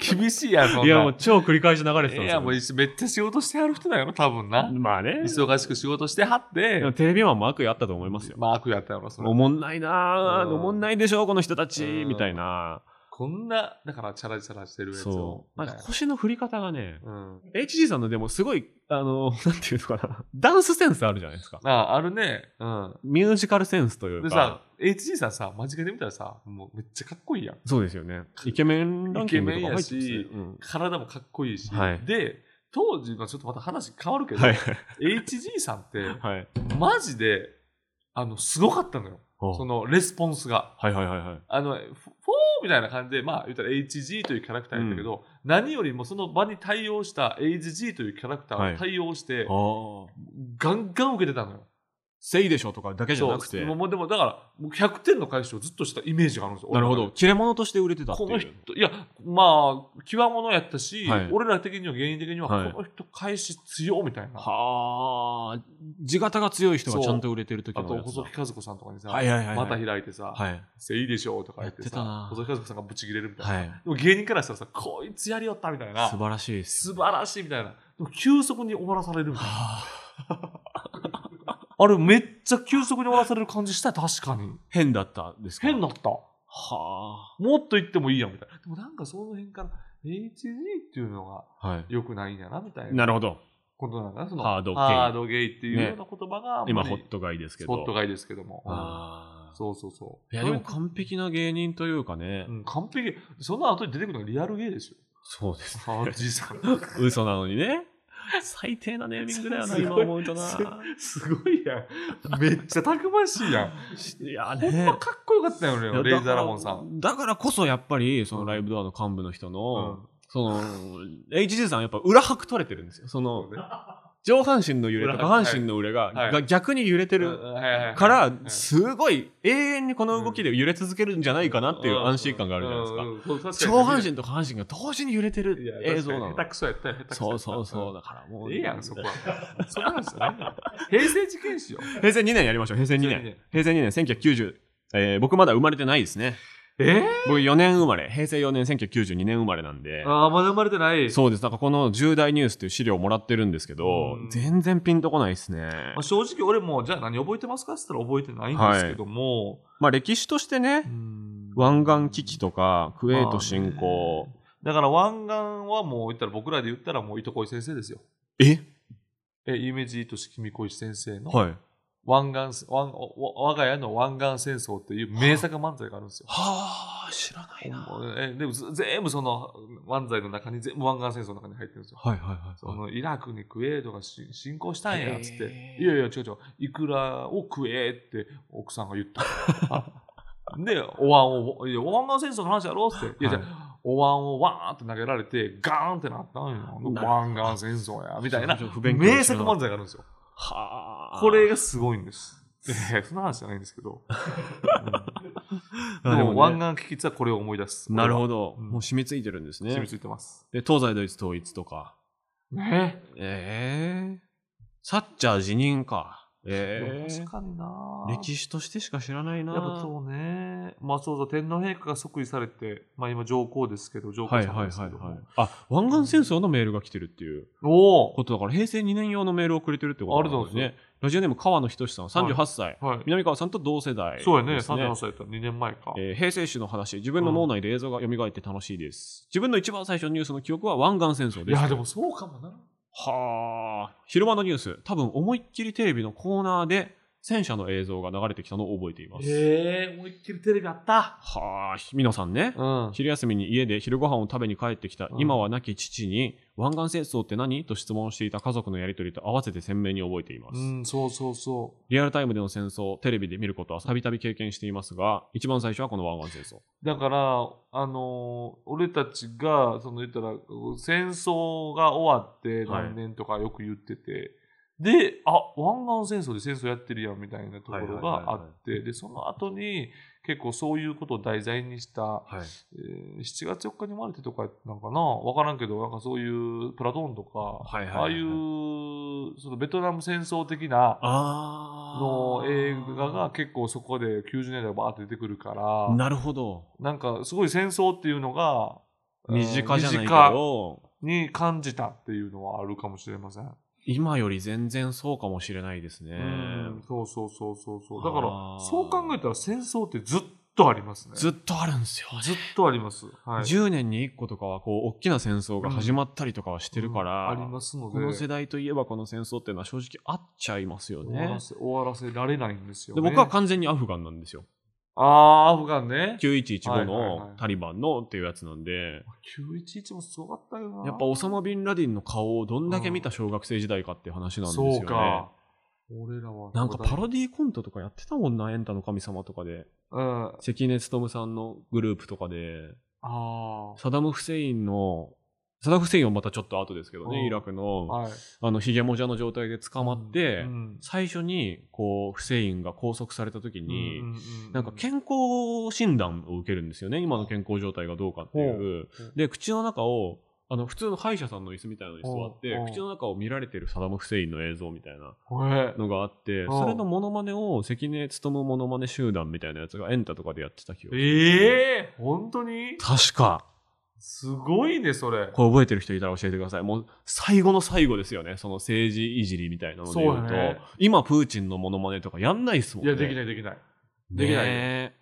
Speaker 3: 厳しいやん、そんな。
Speaker 2: いやもう超繰り返し流れてたん
Speaker 3: え
Speaker 2: で
Speaker 3: え
Speaker 2: す
Speaker 3: や
Speaker 2: よ
Speaker 3: ん、もう
Speaker 2: ね、
Speaker 3: めっちゃ仕事してはる人だよな、多分な。
Speaker 2: まあね
Speaker 3: 忙しく仕事してはって
Speaker 2: でも、テレビマンも悪意あったと思いますよ、
Speaker 3: マークやったやろ、それ
Speaker 2: お。もんないなあ
Speaker 3: うん
Speaker 2: おもんないでしょこの人たち
Speaker 3: うん
Speaker 2: みたいな
Speaker 3: こんな、だから、チャラチャラしてるやつを
Speaker 2: そ。うなんか腰の振り方がね
Speaker 3: うん。
Speaker 2: HG さんのでもすごいあのなんていうのかなダンスセンスあるじゃないですか
Speaker 3: ああ、あるね。うん。
Speaker 2: ミュージカルセンスというか
Speaker 3: でさ、HG さんさ、間近で見たらさ、もうめっちゃかっこいいやん。
Speaker 2: そうですよねイケメンランキングとか入ってますよ
Speaker 3: イケメンやし
Speaker 2: うん
Speaker 3: 体もかっこいいし。
Speaker 2: はい
Speaker 3: で、当時のちょっとまた話変わるけど、
Speaker 2: はい
Speaker 3: HG さんって、
Speaker 2: はい
Speaker 3: マジで、あの、すごかったのよ。その、レスポンスが。
Speaker 2: はいはいはいはい
Speaker 3: あの、フォフォーみたいな感じで、まあ、言ったら HG というキャラクターやったけど、何よりもその場に対応した HG というキャラクターを対応して、
Speaker 2: ああ。
Speaker 3: ガンガン受けてたのよ。
Speaker 2: せいでしょとかだけじゃなくて。
Speaker 3: そうもうでも、だから、もう100点の回収をずっとしたイメージがあるんですよ。
Speaker 2: なるほ
Speaker 3: 俺
Speaker 2: ど。
Speaker 3: の中で。
Speaker 2: 切れ者として売れてたって
Speaker 3: こ
Speaker 2: い
Speaker 3: の
Speaker 2: う。
Speaker 3: 人、いや、まあ、極物やったし、
Speaker 2: はい
Speaker 3: 俺ら的には、芸人的には、
Speaker 2: はい
Speaker 3: この人、返し強みたいな。
Speaker 2: はあ。地形が強い人がちゃんと売れてる時
Speaker 3: あ
Speaker 2: の
Speaker 3: と、
Speaker 2: やつだ
Speaker 3: 細木和子さんとかにさ、
Speaker 2: はいはいはいはい
Speaker 3: また開いてさ、
Speaker 2: はい。
Speaker 3: せいでしょとか言って
Speaker 2: やってたな
Speaker 3: さ、細木和子さんがブチ切れるみたいな。
Speaker 2: はい。
Speaker 3: でも芸人からしたらさ、こいつやりよったみたいな
Speaker 2: 素。晴らしいです。
Speaker 3: 素晴らしいみたいな。でも急速に終わらされるみたいな。
Speaker 2: はあ
Speaker 3: あれめっちゃ急速に終わらされる感じしたよ確かに。
Speaker 2: 変だったんですか
Speaker 3: 変だった。
Speaker 2: は
Speaker 3: もっと言ってもいいやみたいな。でもなんかその辺から HG っていうのが
Speaker 2: あ。はい。
Speaker 3: 良くないんやなみたいな
Speaker 2: なるほど。
Speaker 3: ことなんだな。その
Speaker 2: ハードゲイ
Speaker 3: ハードゲイっていう
Speaker 2: ね
Speaker 3: ような言葉が、
Speaker 2: 今、ホットがいいですけ
Speaker 3: ス
Speaker 2: ど。
Speaker 3: ポットがいいですけども。
Speaker 2: ああ。
Speaker 3: そうそうそう。
Speaker 2: いや、でも完璧な芸人というかね
Speaker 3: う。ん完璧。その後に出てくるのがリアルゲイですよ。
Speaker 2: そうです。
Speaker 3: あーじいさん。
Speaker 2: 嘘なのにね。最低なネーミングだよな、
Speaker 3: す
Speaker 2: 今
Speaker 3: ごい
Speaker 2: 思うとな。
Speaker 3: すごいやん。めっちゃたくましいやん。
Speaker 2: いや
Speaker 3: ほん
Speaker 2: ね
Speaker 3: ま。かっこよかったよ
Speaker 2: いや
Speaker 3: ね、レイザーラモンさん。
Speaker 2: だからだからこそやっぱりそのライブドアの幹部の人の、その HG さんやっぱ裏拍取れてるんですよその上半身の揺れと下
Speaker 3: 裏
Speaker 2: 半
Speaker 3: 拍
Speaker 2: 身の揺れが,、
Speaker 3: はい
Speaker 2: が逆に揺れてるからすごい永遠にこの動きで揺れ続けるんじゃないかなっていう安心感があるじゃないですか
Speaker 3: です
Speaker 2: 上半身と下半身が同時に揺れてる映像なの
Speaker 3: 下手くそやったよ、下手く <laughs> そ
Speaker 2: そ
Speaker 3: や
Speaker 2: う
Speaker 3: った。
Speaker 2: そうそうだからもう
Speaker 3: ええやん、そこ
Speaker 2: <laughs>
Speaker 3: は。そんな話じゃないよ平成事件史よ。
Speaker 2: 平成2年やりましょう平成2年平成2年1990、えー僕まだ生まれてないですね
Speaker 3: え
Speaker 2: 僕4年生まれ平成4年1992年生まれなんで
Speaker 3: ああ、まだ生まれてない。
Speaker 2: そうです。なんかこの重大ニュースっていう資料をもらってるんですけど、
Speaker 3: うん
Speaker 2: 全然ピンとこないですね。
Speaker 3: まあ正直、俺も、じゃあ何覚えてますかって言ったら覚えてないんですけども、
Speaker 2: まあ歴史としてね
Speaker 3: う、ん
Speaker 2: 湾岸危機とか、クウェート侵攻、
Speaker 3: だから湾岸はもう言ったら僕らで言ったらもういとこい先生ですよ。
Speaker 2: え
Speaker 3: え、夢じいとしきみこい先生の
Speaker 2: はい。
Speaker 3: 湾岸せ、湾我我が家の湾岸戦争っていう名作漫才があるんですよ。
Speaker 2: はあ、知らないな。
Speaker 3: えでもず全部その漫才の中に全部湾岸戦争の中に入ってるんですよ。
Speaker 2: はいはいはい。
Speaker 3: そのイラクにクウェートがし侵攻したんやっつっ
Speaker 2: へ
Speaker 3: て、
Speaker 2: ー
Speaker 3: いやいや違う違う、いくらを食えって奥さんが
Speaker 2: <laughs>
Speaker 3: 言った。あで、お椀を、いや、お椀が戦争の話やろって。いや、
Speaker 2: はい
Speaker 3: じゃあお椀をわーって投げられて、ガーンってなったんよ。
Speaker 2: な
Speaker 3: 湾岸戦争や、みたいな
Speaker 2: ちょっと不勉強で
Speaker 3: 名
Speaker 2: 知ら
Speaker 3: 作
Speaker 2: なかっ
Speaker 3: 漫才があるんですよ。
Speaker 2: はあ。
Speaker 3: これがすごいんです。いやいやそんな話じゃないんですけど。うん
Speaker 2: あ
Speaker 3: で
Speaker 2: <laughs> でも
Speaker 3: も、
Speaker 2: ね
Speaker 3: 湾岸危機はこれを思い出す。
Speaker 2: なるほど、
Speaker 3: うん
Speaker 2: もう染みついてるんです
Speaker 3: 染
Speaker 2: ね
Speaker 3: み。ついてます。
Speaker 2: で、東西ドイツ統一とか。
Speaker 3: ね
Speaker 2: ええサッチャー辞任か。ええ
Speaker 3: 確かにな
Speaker 2: 歴史としてしか知らないな。
Speaker 3: やっぱそうね。まあそうそう、天皇陛下が即位されて、まあ今上皇ですけど、上皇
Speaker 2: はい
Speaker 3: さん
Speaker 2: はい
Speaker 3: で
Speaker 2: は
Speaker 3: す
Speaker 2: い
Speaker 3: け
Speaker 2: はい
Speaker 3: ども。。
Speaker 2: あ、湾岸戦争のメールが来てるっていう
Speaker 3: お
Speaker 2: ことだから、平成2年用のメールをくれてるってことなんです
Speaker 3: ありが
Speaker 2: ね。ラジオネーム川野仁さん、38歳、
Speaker 3: おはい。
Speaker 2: 南川さんと同世代です、ね。
Speaker 3: そうやね、37歳やったら2年前か。
Speaker 2: えー平成史の話、自分の脳内で映像が蘇って楽しいです。自分の一番最初のニュースの記憶は湾岸戦争
Speaker 3: い
Speaker 2: です。
Speaker 3: や、でもそうかもな。
Speaker 2: はあ、昼間のニュース、多分思いっきりテレビのコーナーで戦車の映像が流れてきたのを覚えています。
Speaker 3: へえ、思いっきりテレビあった。
Speaker 2: はあ、皆さんね、
Speaker 3: うん。
Speaker 2: 昼休みに家で昼ご飯を食べに帰ってきた、
Speaker 3: うん
Speaker 2: 今は亡き父に湾岸戦争って何と質問していた家族のやりとりと合わせて鮮明に覚えています、
Speaker 3: うん、そうそうそ
Speaker 2: リアルタイムでの戦争テレビで見ることはたびたび経験していますが一番最初はこの湾岸戦争
Speaker 3: う。だから、あのー俺たちが、その言ったら、戦争が終わって
Speaker 2: はい
Speaker 3: 何年とかよく言ってて、で、あ、湾岸戦争で戦争やってるやんみたいなところがあ
Speaker 2: はいはい
Speaker 3: って、で、その後に、結構そういうことを題材にした、
Speaker 2: はい
Speaker 3: えー7月4日に生まれてとかなんかなわからんけどなんかそういうプラトーンとか、
Speaker 2: いはいはいはい
Speaker 3: ああいうそのベトナム戦争的な
Speaker 2: あ
Speaker 3: の映画が結構そこで90年代バーって出てくるからな
Speaker 2: なるほど
Speaker 3: んかすごい戦争っていうのが
Speaker 2: 身近じゃないけ
Speaker 3: 身近
Speaker 2: ど
Speaker 3: に感じたっていうのはあるかもしれません。
Speaker 2: 今より全然そうかもしれないですね
Speaker 3: うんそうそうそうそうそうだから
Speaker 2: あー
Speaker 3: そう考えたら戦争ってずっとありますね。
Speaker 2: ずっとあるんですよ
Speaker 3: ずっとあります。はい、
Speaker 2: 10年に1個とかはこう大きな戦争が始まったりとかはしてるから、
Speaker 3: うんありますので
Speaker 2: この世代といえばこの戦争っていうのは正直あっちゃいますよ
Speaker 3: 終わ
Speaker 2: ね
Speaker 3: ら。せ終わらせられないんですよ、
Speaker 2: で
Speaker 3: ね。
Speaker 2: 僕は完全にアフガンなんですよ。
Speaker 3: あー、アフガンね。
Speaker 2: 9115
Speaker 3: はいはいは
Speaker 2: の
Speaker 3: い
Speaker 2: タリバンのっていうやつなんで、
Speaker 3: 911もすごかったよな。
Speaker 2: やっぱオサマ・ビンラディンの顔をどんだけ見た小学生時代かっていう話なんですよ
Speaker 3: そう
Speaker 2: ね
Speaker 3: か。。俺らは。
Speaker 2: なんかパロディコントとかやってたもんな、エンタの神様とかで。
Speaker 3: うん。あ
Speaker 2: 関根勤さんのグループとかで、
Speaker 3: あー。
Speaker 2: サダム・フセインの、サダム・フセインはまたちょっと後ですけど
Speaker 3: うん
Speaker 2: ね、イラクの、
Speaker 3: はい。
Speaker 2: あの、ヒゲもじゃの状態で捕まって、
Speaker 3: うん
Speaker 2: 最初に、こう、フセインが拘束された時に、
Speaker 3: うんうんう
Speaker 2: なんか健康診断を受けるんですよね、今の健康状態がどうかっていう
Speaker 3: ほうほ。う
Speaker 2: で、口の中を、あの、普通の歯医者さんの椅子みたいなのに座っ
Speaker 3: ほう
Speaker 2: て
Speaker 3: ほ、う
Speaker 2: 口の中を見られてるサダム・フセインの映像みたいな
Speaker 3: へえ
Speaker 2: のがあって、
Speaker 3: ほう
Speaker 2: それのモノマネを関根勤モノマネ集団みたいなやつがエンタとかでやってた記憶。
Speaker 3: ええ本当に
Speaker 2: 確か、
Speaker 3: すごいね、それ。
Speaker 2: これ覚えてる人いたら教えてください。もう最後の最後ですよね。その政治いじりみたいなので言う
Speaker 3: そう
Speaker 2: と、
Speaker 3: だね
Speaker 2: 今プーチンのモノマネとかやんないっすもん
Speaker 3: い
Speaker 2: ね。。
Speaker 3: や、できないい、できない。
Speaker 2: で
Speaker 3: で
Speaker 2: き
Speaker 3: き
Speaker 2: な
Speaker 3: ないい。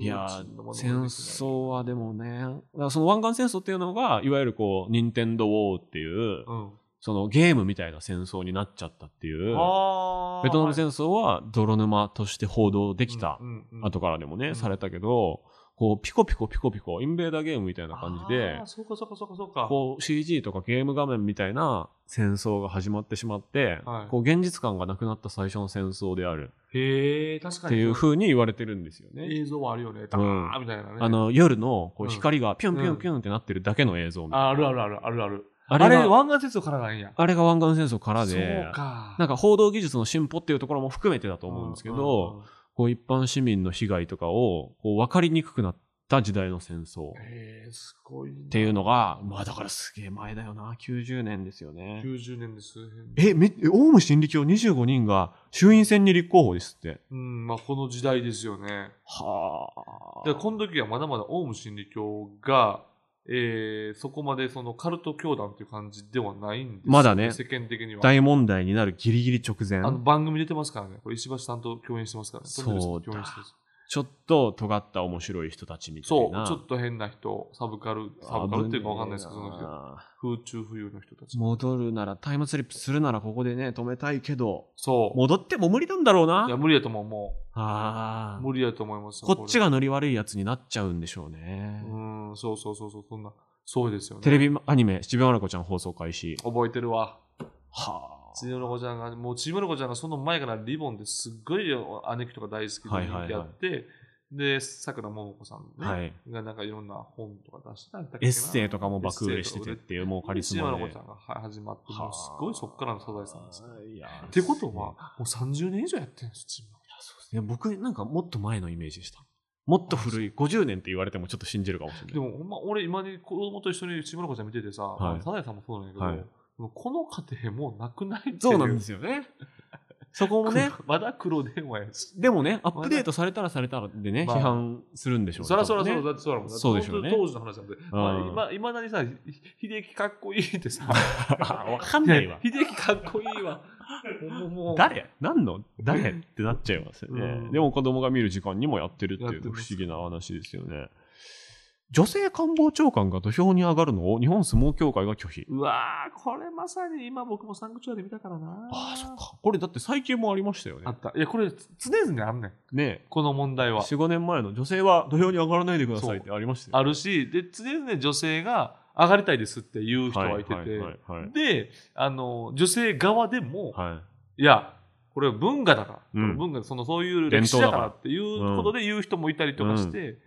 Speaker 2: いや
Speaker 3: うちのも
Speaker 2: ー
Speaker 3: のもでき
Speaker 2: 戦
Speaker 3: ない
Speaker 2: 争はでもね、だからその湾岸戦争っていうのが、いわゆるこう、任天堂ウォーっていう、
Speaker 3: うん。
Speaker 2: そのゲームみたいな戦争になっちゃったっていう、
Speaker 3: ああ。
Speaker 2: ベトナム戦争は泥沼として報道できた
Speaker 3: うんうんうん
Speaker 2: 後からでもね、
Speaker 3: うん
Speaker 2: されたけど、こう、ピコピコピコピコ、インベーダーゲームみたいな感じで
Speaker 3: あー、そうか、そうか、そうか、そうか。
Speaker 2: こう CG とかゲーム画面みたいな戦争が始まってしまって、
Speaker 3: はい
Speaker 2: こう現実感がなくなった最初の戦争である
Speaker 3: へえ確か
Speaker 2: っ
Speaker 3: に。
Speaker 2: ていう
Speaker 3: そう
Speaker 2: 風に言われてるんですよね。
Speaker 3: 映像はあるよね。ダーンみたいなね。
Speaker 2: あ、の夜のこ
Speaker 3: う
Speaker 2: うん光がピュンピュンピュンってなってるだけの映像みたいな
Speaker 3: ああるあるあるあるある。
Speaker 2: あ
Speaker 3: あ
Speaker 2: れ
Speaker 3: れ、
Speaker 2: があ
Speaker 3: 湾岸鉄道からなんや。
Speaker 2: れが湾岸戦争からで
Speaker 3: そうか。
Speaker 2: なんか報道技術の進歩っていうところも含めてだと思うんですけど、
Speaker 3: うんうん
Speaker 2: こう一般市民の被害とかをこう分かりにくくなった時代の戦争っ
Speaker 3: うんへえすごいな。
Speaker 2: ていうのが、まあだからすげえ前だよな90年ですよね。
Speaker 3: 90年です。
Speaker 2: え、め、えオウム真理教25人が衆院選に立候補ですって。
Speaker 3: うん、まあこの時代ですよね。
Speaker 2: は
Speaker 3: で、この時はまだまだオウム真理教が、えー、そこまでそのカルト教団っていう感じではないんですよ
Speaker 2: まだね
Speaker 3: 世間的には。
Speaker 2: 大問題になるギリギリ直前
Speaker 3: あ。の番組出てますからね。これ石橋さんと共演してますからね。
Speaker 2: そう
Speaker 3: ト
Speaker 2: だ
Speaker 3: ンネルさんと共演してます
Speaker 2: ちょっと尖った面白い人たちみた
Speaker 3: そ、
Speaker 2: いうな。
Speaker 3: ちょっと変な人、サブカル、サブカルっていうかわかんないですけど、その
Speaker 2: 危ねえ
Speaker 3: 人
Speaker 2: な
Speaker 3: 空中浮遊の人たち。
Speaker 2: 戻るなら、タイムスリップするならここでね、止めたいけど、
Speaker 3: そう。
Speaker 2: 戻っても無理なんだろう
Speaker 3: いや、
Speaker 2: な。
Speaker 3: 無理やと思う、も
Speaker 2: あ
Speaker 3: う。
Speaker 2: ー
Speaker 3: 無理やと思いますよ。
Speaker 2: こっち
Speaker 3: れ
Speaker 2: がノリ悪いやつになっちゃうんでしょうね。
Speaker 3: うん、そうそうそうそう、そんな、そうですよね。
Speaker 2: テレビアニメ、ちびまる子ちゃん放送開始。
Speaker 3: 覚えてるわ。
Speaker 2: は
Speaker 3: ちびまる子ちゃんが、もうちびまる子ちゃんがその前からリボンですっごい姉貴とか大好きで
Speaker 2: はいはいはい
Speaker 3: 人気あって、で、さくらももこさん
Speaker 2: あ。
Speaker 3: ね、
Speaker 2: はい。
Speaker 3: がなんかいろんな本とか出したんだっけ
Speaker 2: エッセイとかも爆売
Speaker 3: エッ
Speaker 2: れ
Speaker 3: セイ
Speaker 2: し
Speaker 3: と
Speaker 2: て
Speaker 3: か
Speaker 2: てっていう、もうカリス
Speaker 3: ちびま
Speaker 2: マ
Speaker 3: る子
Speaker 2: で
Speaker 3: ちゃ。んがは始まって、もうすごいそっからのサザエさんですね。
Speaker 2: いや
Speaker 3: ってことは、もう30年以上やってるんですよ、ちびまる
Speaker 2: そうですね僕なんかもっと前のイメージでしたもっと古い50年って言われてもちょっと信じるかもしれ
Speaker 3: で
Speaker 2: ない
Speaker 3: も、ほんま、俺、今に子供と一緒にちびまる子ちゃん見ててさ、
Speaker 2: はい
Speaker 3: サザエさんもそうなんだけど、
Speaker 2: はい
Speaker 3: もうこの家庭もうなくないっていう。
Speaker 2: そうなんですす
Speaker 3: <laughs>
Speaker 2: よねそこもね
Speaker 3: まだ黒電話やし。
Speaker 2: でもねアップデートされたらされたらでね、
Speaker 3: まあ
Speaker 2: 批判するんでしょうね
Speaker 3: そらそ
Speaker 2: 多
Speaker 3: らそ
Speaker 2: 分
Speaker 3: ら
Speaker 2: ね
Speaker 3: だってそうだもん
Speaker 2: そうでしょうね
Speaker 3: 当時の話なんで、
Speaker 2: うん
Speaker 3: まあ、今いまだにさひ秀樹かっこいいってさ
Speaker 2: <laughs> わかんないわ
Speaker 3: 秀樹かっこいいわもうもう
Speaker 2: 誰何の誰ってなっちゃいますよね、
Speaker 3: うん
Speaker 2: でも子供が見る時間にもやってるってい
Speaker 3: やって
Speaker 2: う
Speaker 3: ま
Speaker 2: 不
Speaker 3: す
Speaker 2: 思議な話ですよね女性官房長官が土俵に上がるのを日本相撲協会が拒否。
Speaker 3: うわー、これまさに今僕もサンクチュアリ見たからな。
Speaker 2: ああ、そっか。これだって最近もありましたよね
Speaker 3: あ。った。いや、これつ常々あんねん。
Speaker 2: ね
Speaker 3: この問題
Speaker 2: え、
Speaker 3: は。
Speaker 2: 4、5年前の女性は土俵に上がらないでくださいってありましたよ。
Speaker 3: あるし、で、常々女性が上がりたいですっていう人がいて
Speaker 2: はい
Speaker 3: て
Speaker 2: は、いはいはい
Speaker 3: で、あの、女性側でも、
Speaker 2: はい
Speaker 3: や、これは文化だから、
Speaker 2: うん
Speaker 3: 文化そのそういう歴史だからっていう
Speaker 2: だから
Speaker 3: ことで言う人もいたりとかして、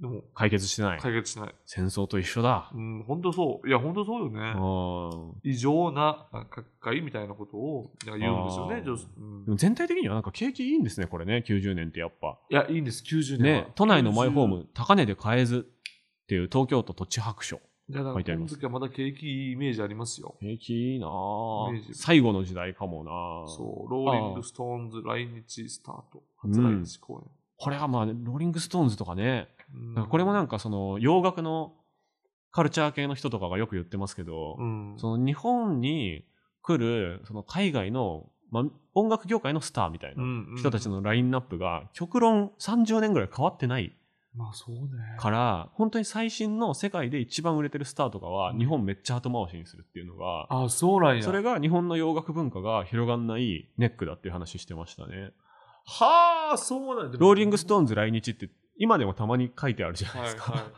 Speaker 3: でも
Speaker 2: い解決してない。
Speaker 3: 解決しない。
Speaker 2: 戦争と一緒だ。
Speaker 3: うん、本当そう。いや、本当そうよね。
Speaker 2: あー
Speaker 3: 異常な各界みたいなことをなんか言うんですよ
Speaker 2: あ
Speaker 3: ね
Speaker 2: ー、
Speaker 3: 女性うん
Speaker 2: でも全体的にはなんか景気いいんですね、これね、90年ってやっぱ。
Speaker 3: いや、いいんです、90年は。
Speaker 2: ね、都内のマイホー
Speaker 3: 90。
Speaker 2: ム、高値で買えずっていう東京都土地白書。
Speaker 3: いや、だか
Speaker 2: 書い
Speaker 3: ら、
Speaker 2: てあ
Speaker 3: こ
Speaker 2: りま
Speaker 3: の
Speaker 2: す
Speaker 3: 時はまだ景気いいイメージありますよ。
Speaker 2: 景気いいなあ
Speaker 3: 明治
Speaker 2: 最後の時代かもなあ
Speaker 3: そう、ローリング・ストーンズ来日スタート、
Speaker 2: うん
Speaker 3: 初来日公演。
Speaker 2: これはまあ、ローリングストーンズとかね、
Speaker 3: うん
Speaker 2: なんかこれもなんかその洋楽のカルチャー系の人とかがよく言ってますけど、
Speaker 3: うん、
Speaker 2: その日本に来るその海外の、まあ、音楽業界のスターみたいな人たち
Speaker 3: の、
Speaker 2: のラインナップが極論30年ぐらい変わってない
Speaker 3: まあそうね。
Speaker 2: から本当に最新の世界で一番売れてるスターとかは
Speaker 3: うん
Speaker 2: 日本めっちゃ後回しにするっていうのが、
Speaker 3: あ、そうなんや。
Speaker 2: それが日本の洋楽文化が広がんないネックだっていう話してましたね。
Speaker 3: はあ、そうなんや。
Speaker 2: ローリングス
Speaker 3: ー
Speaker 2: トーンズ来日って今でもたまに書いてあるじゃないですか。
Speaker 3: はいはい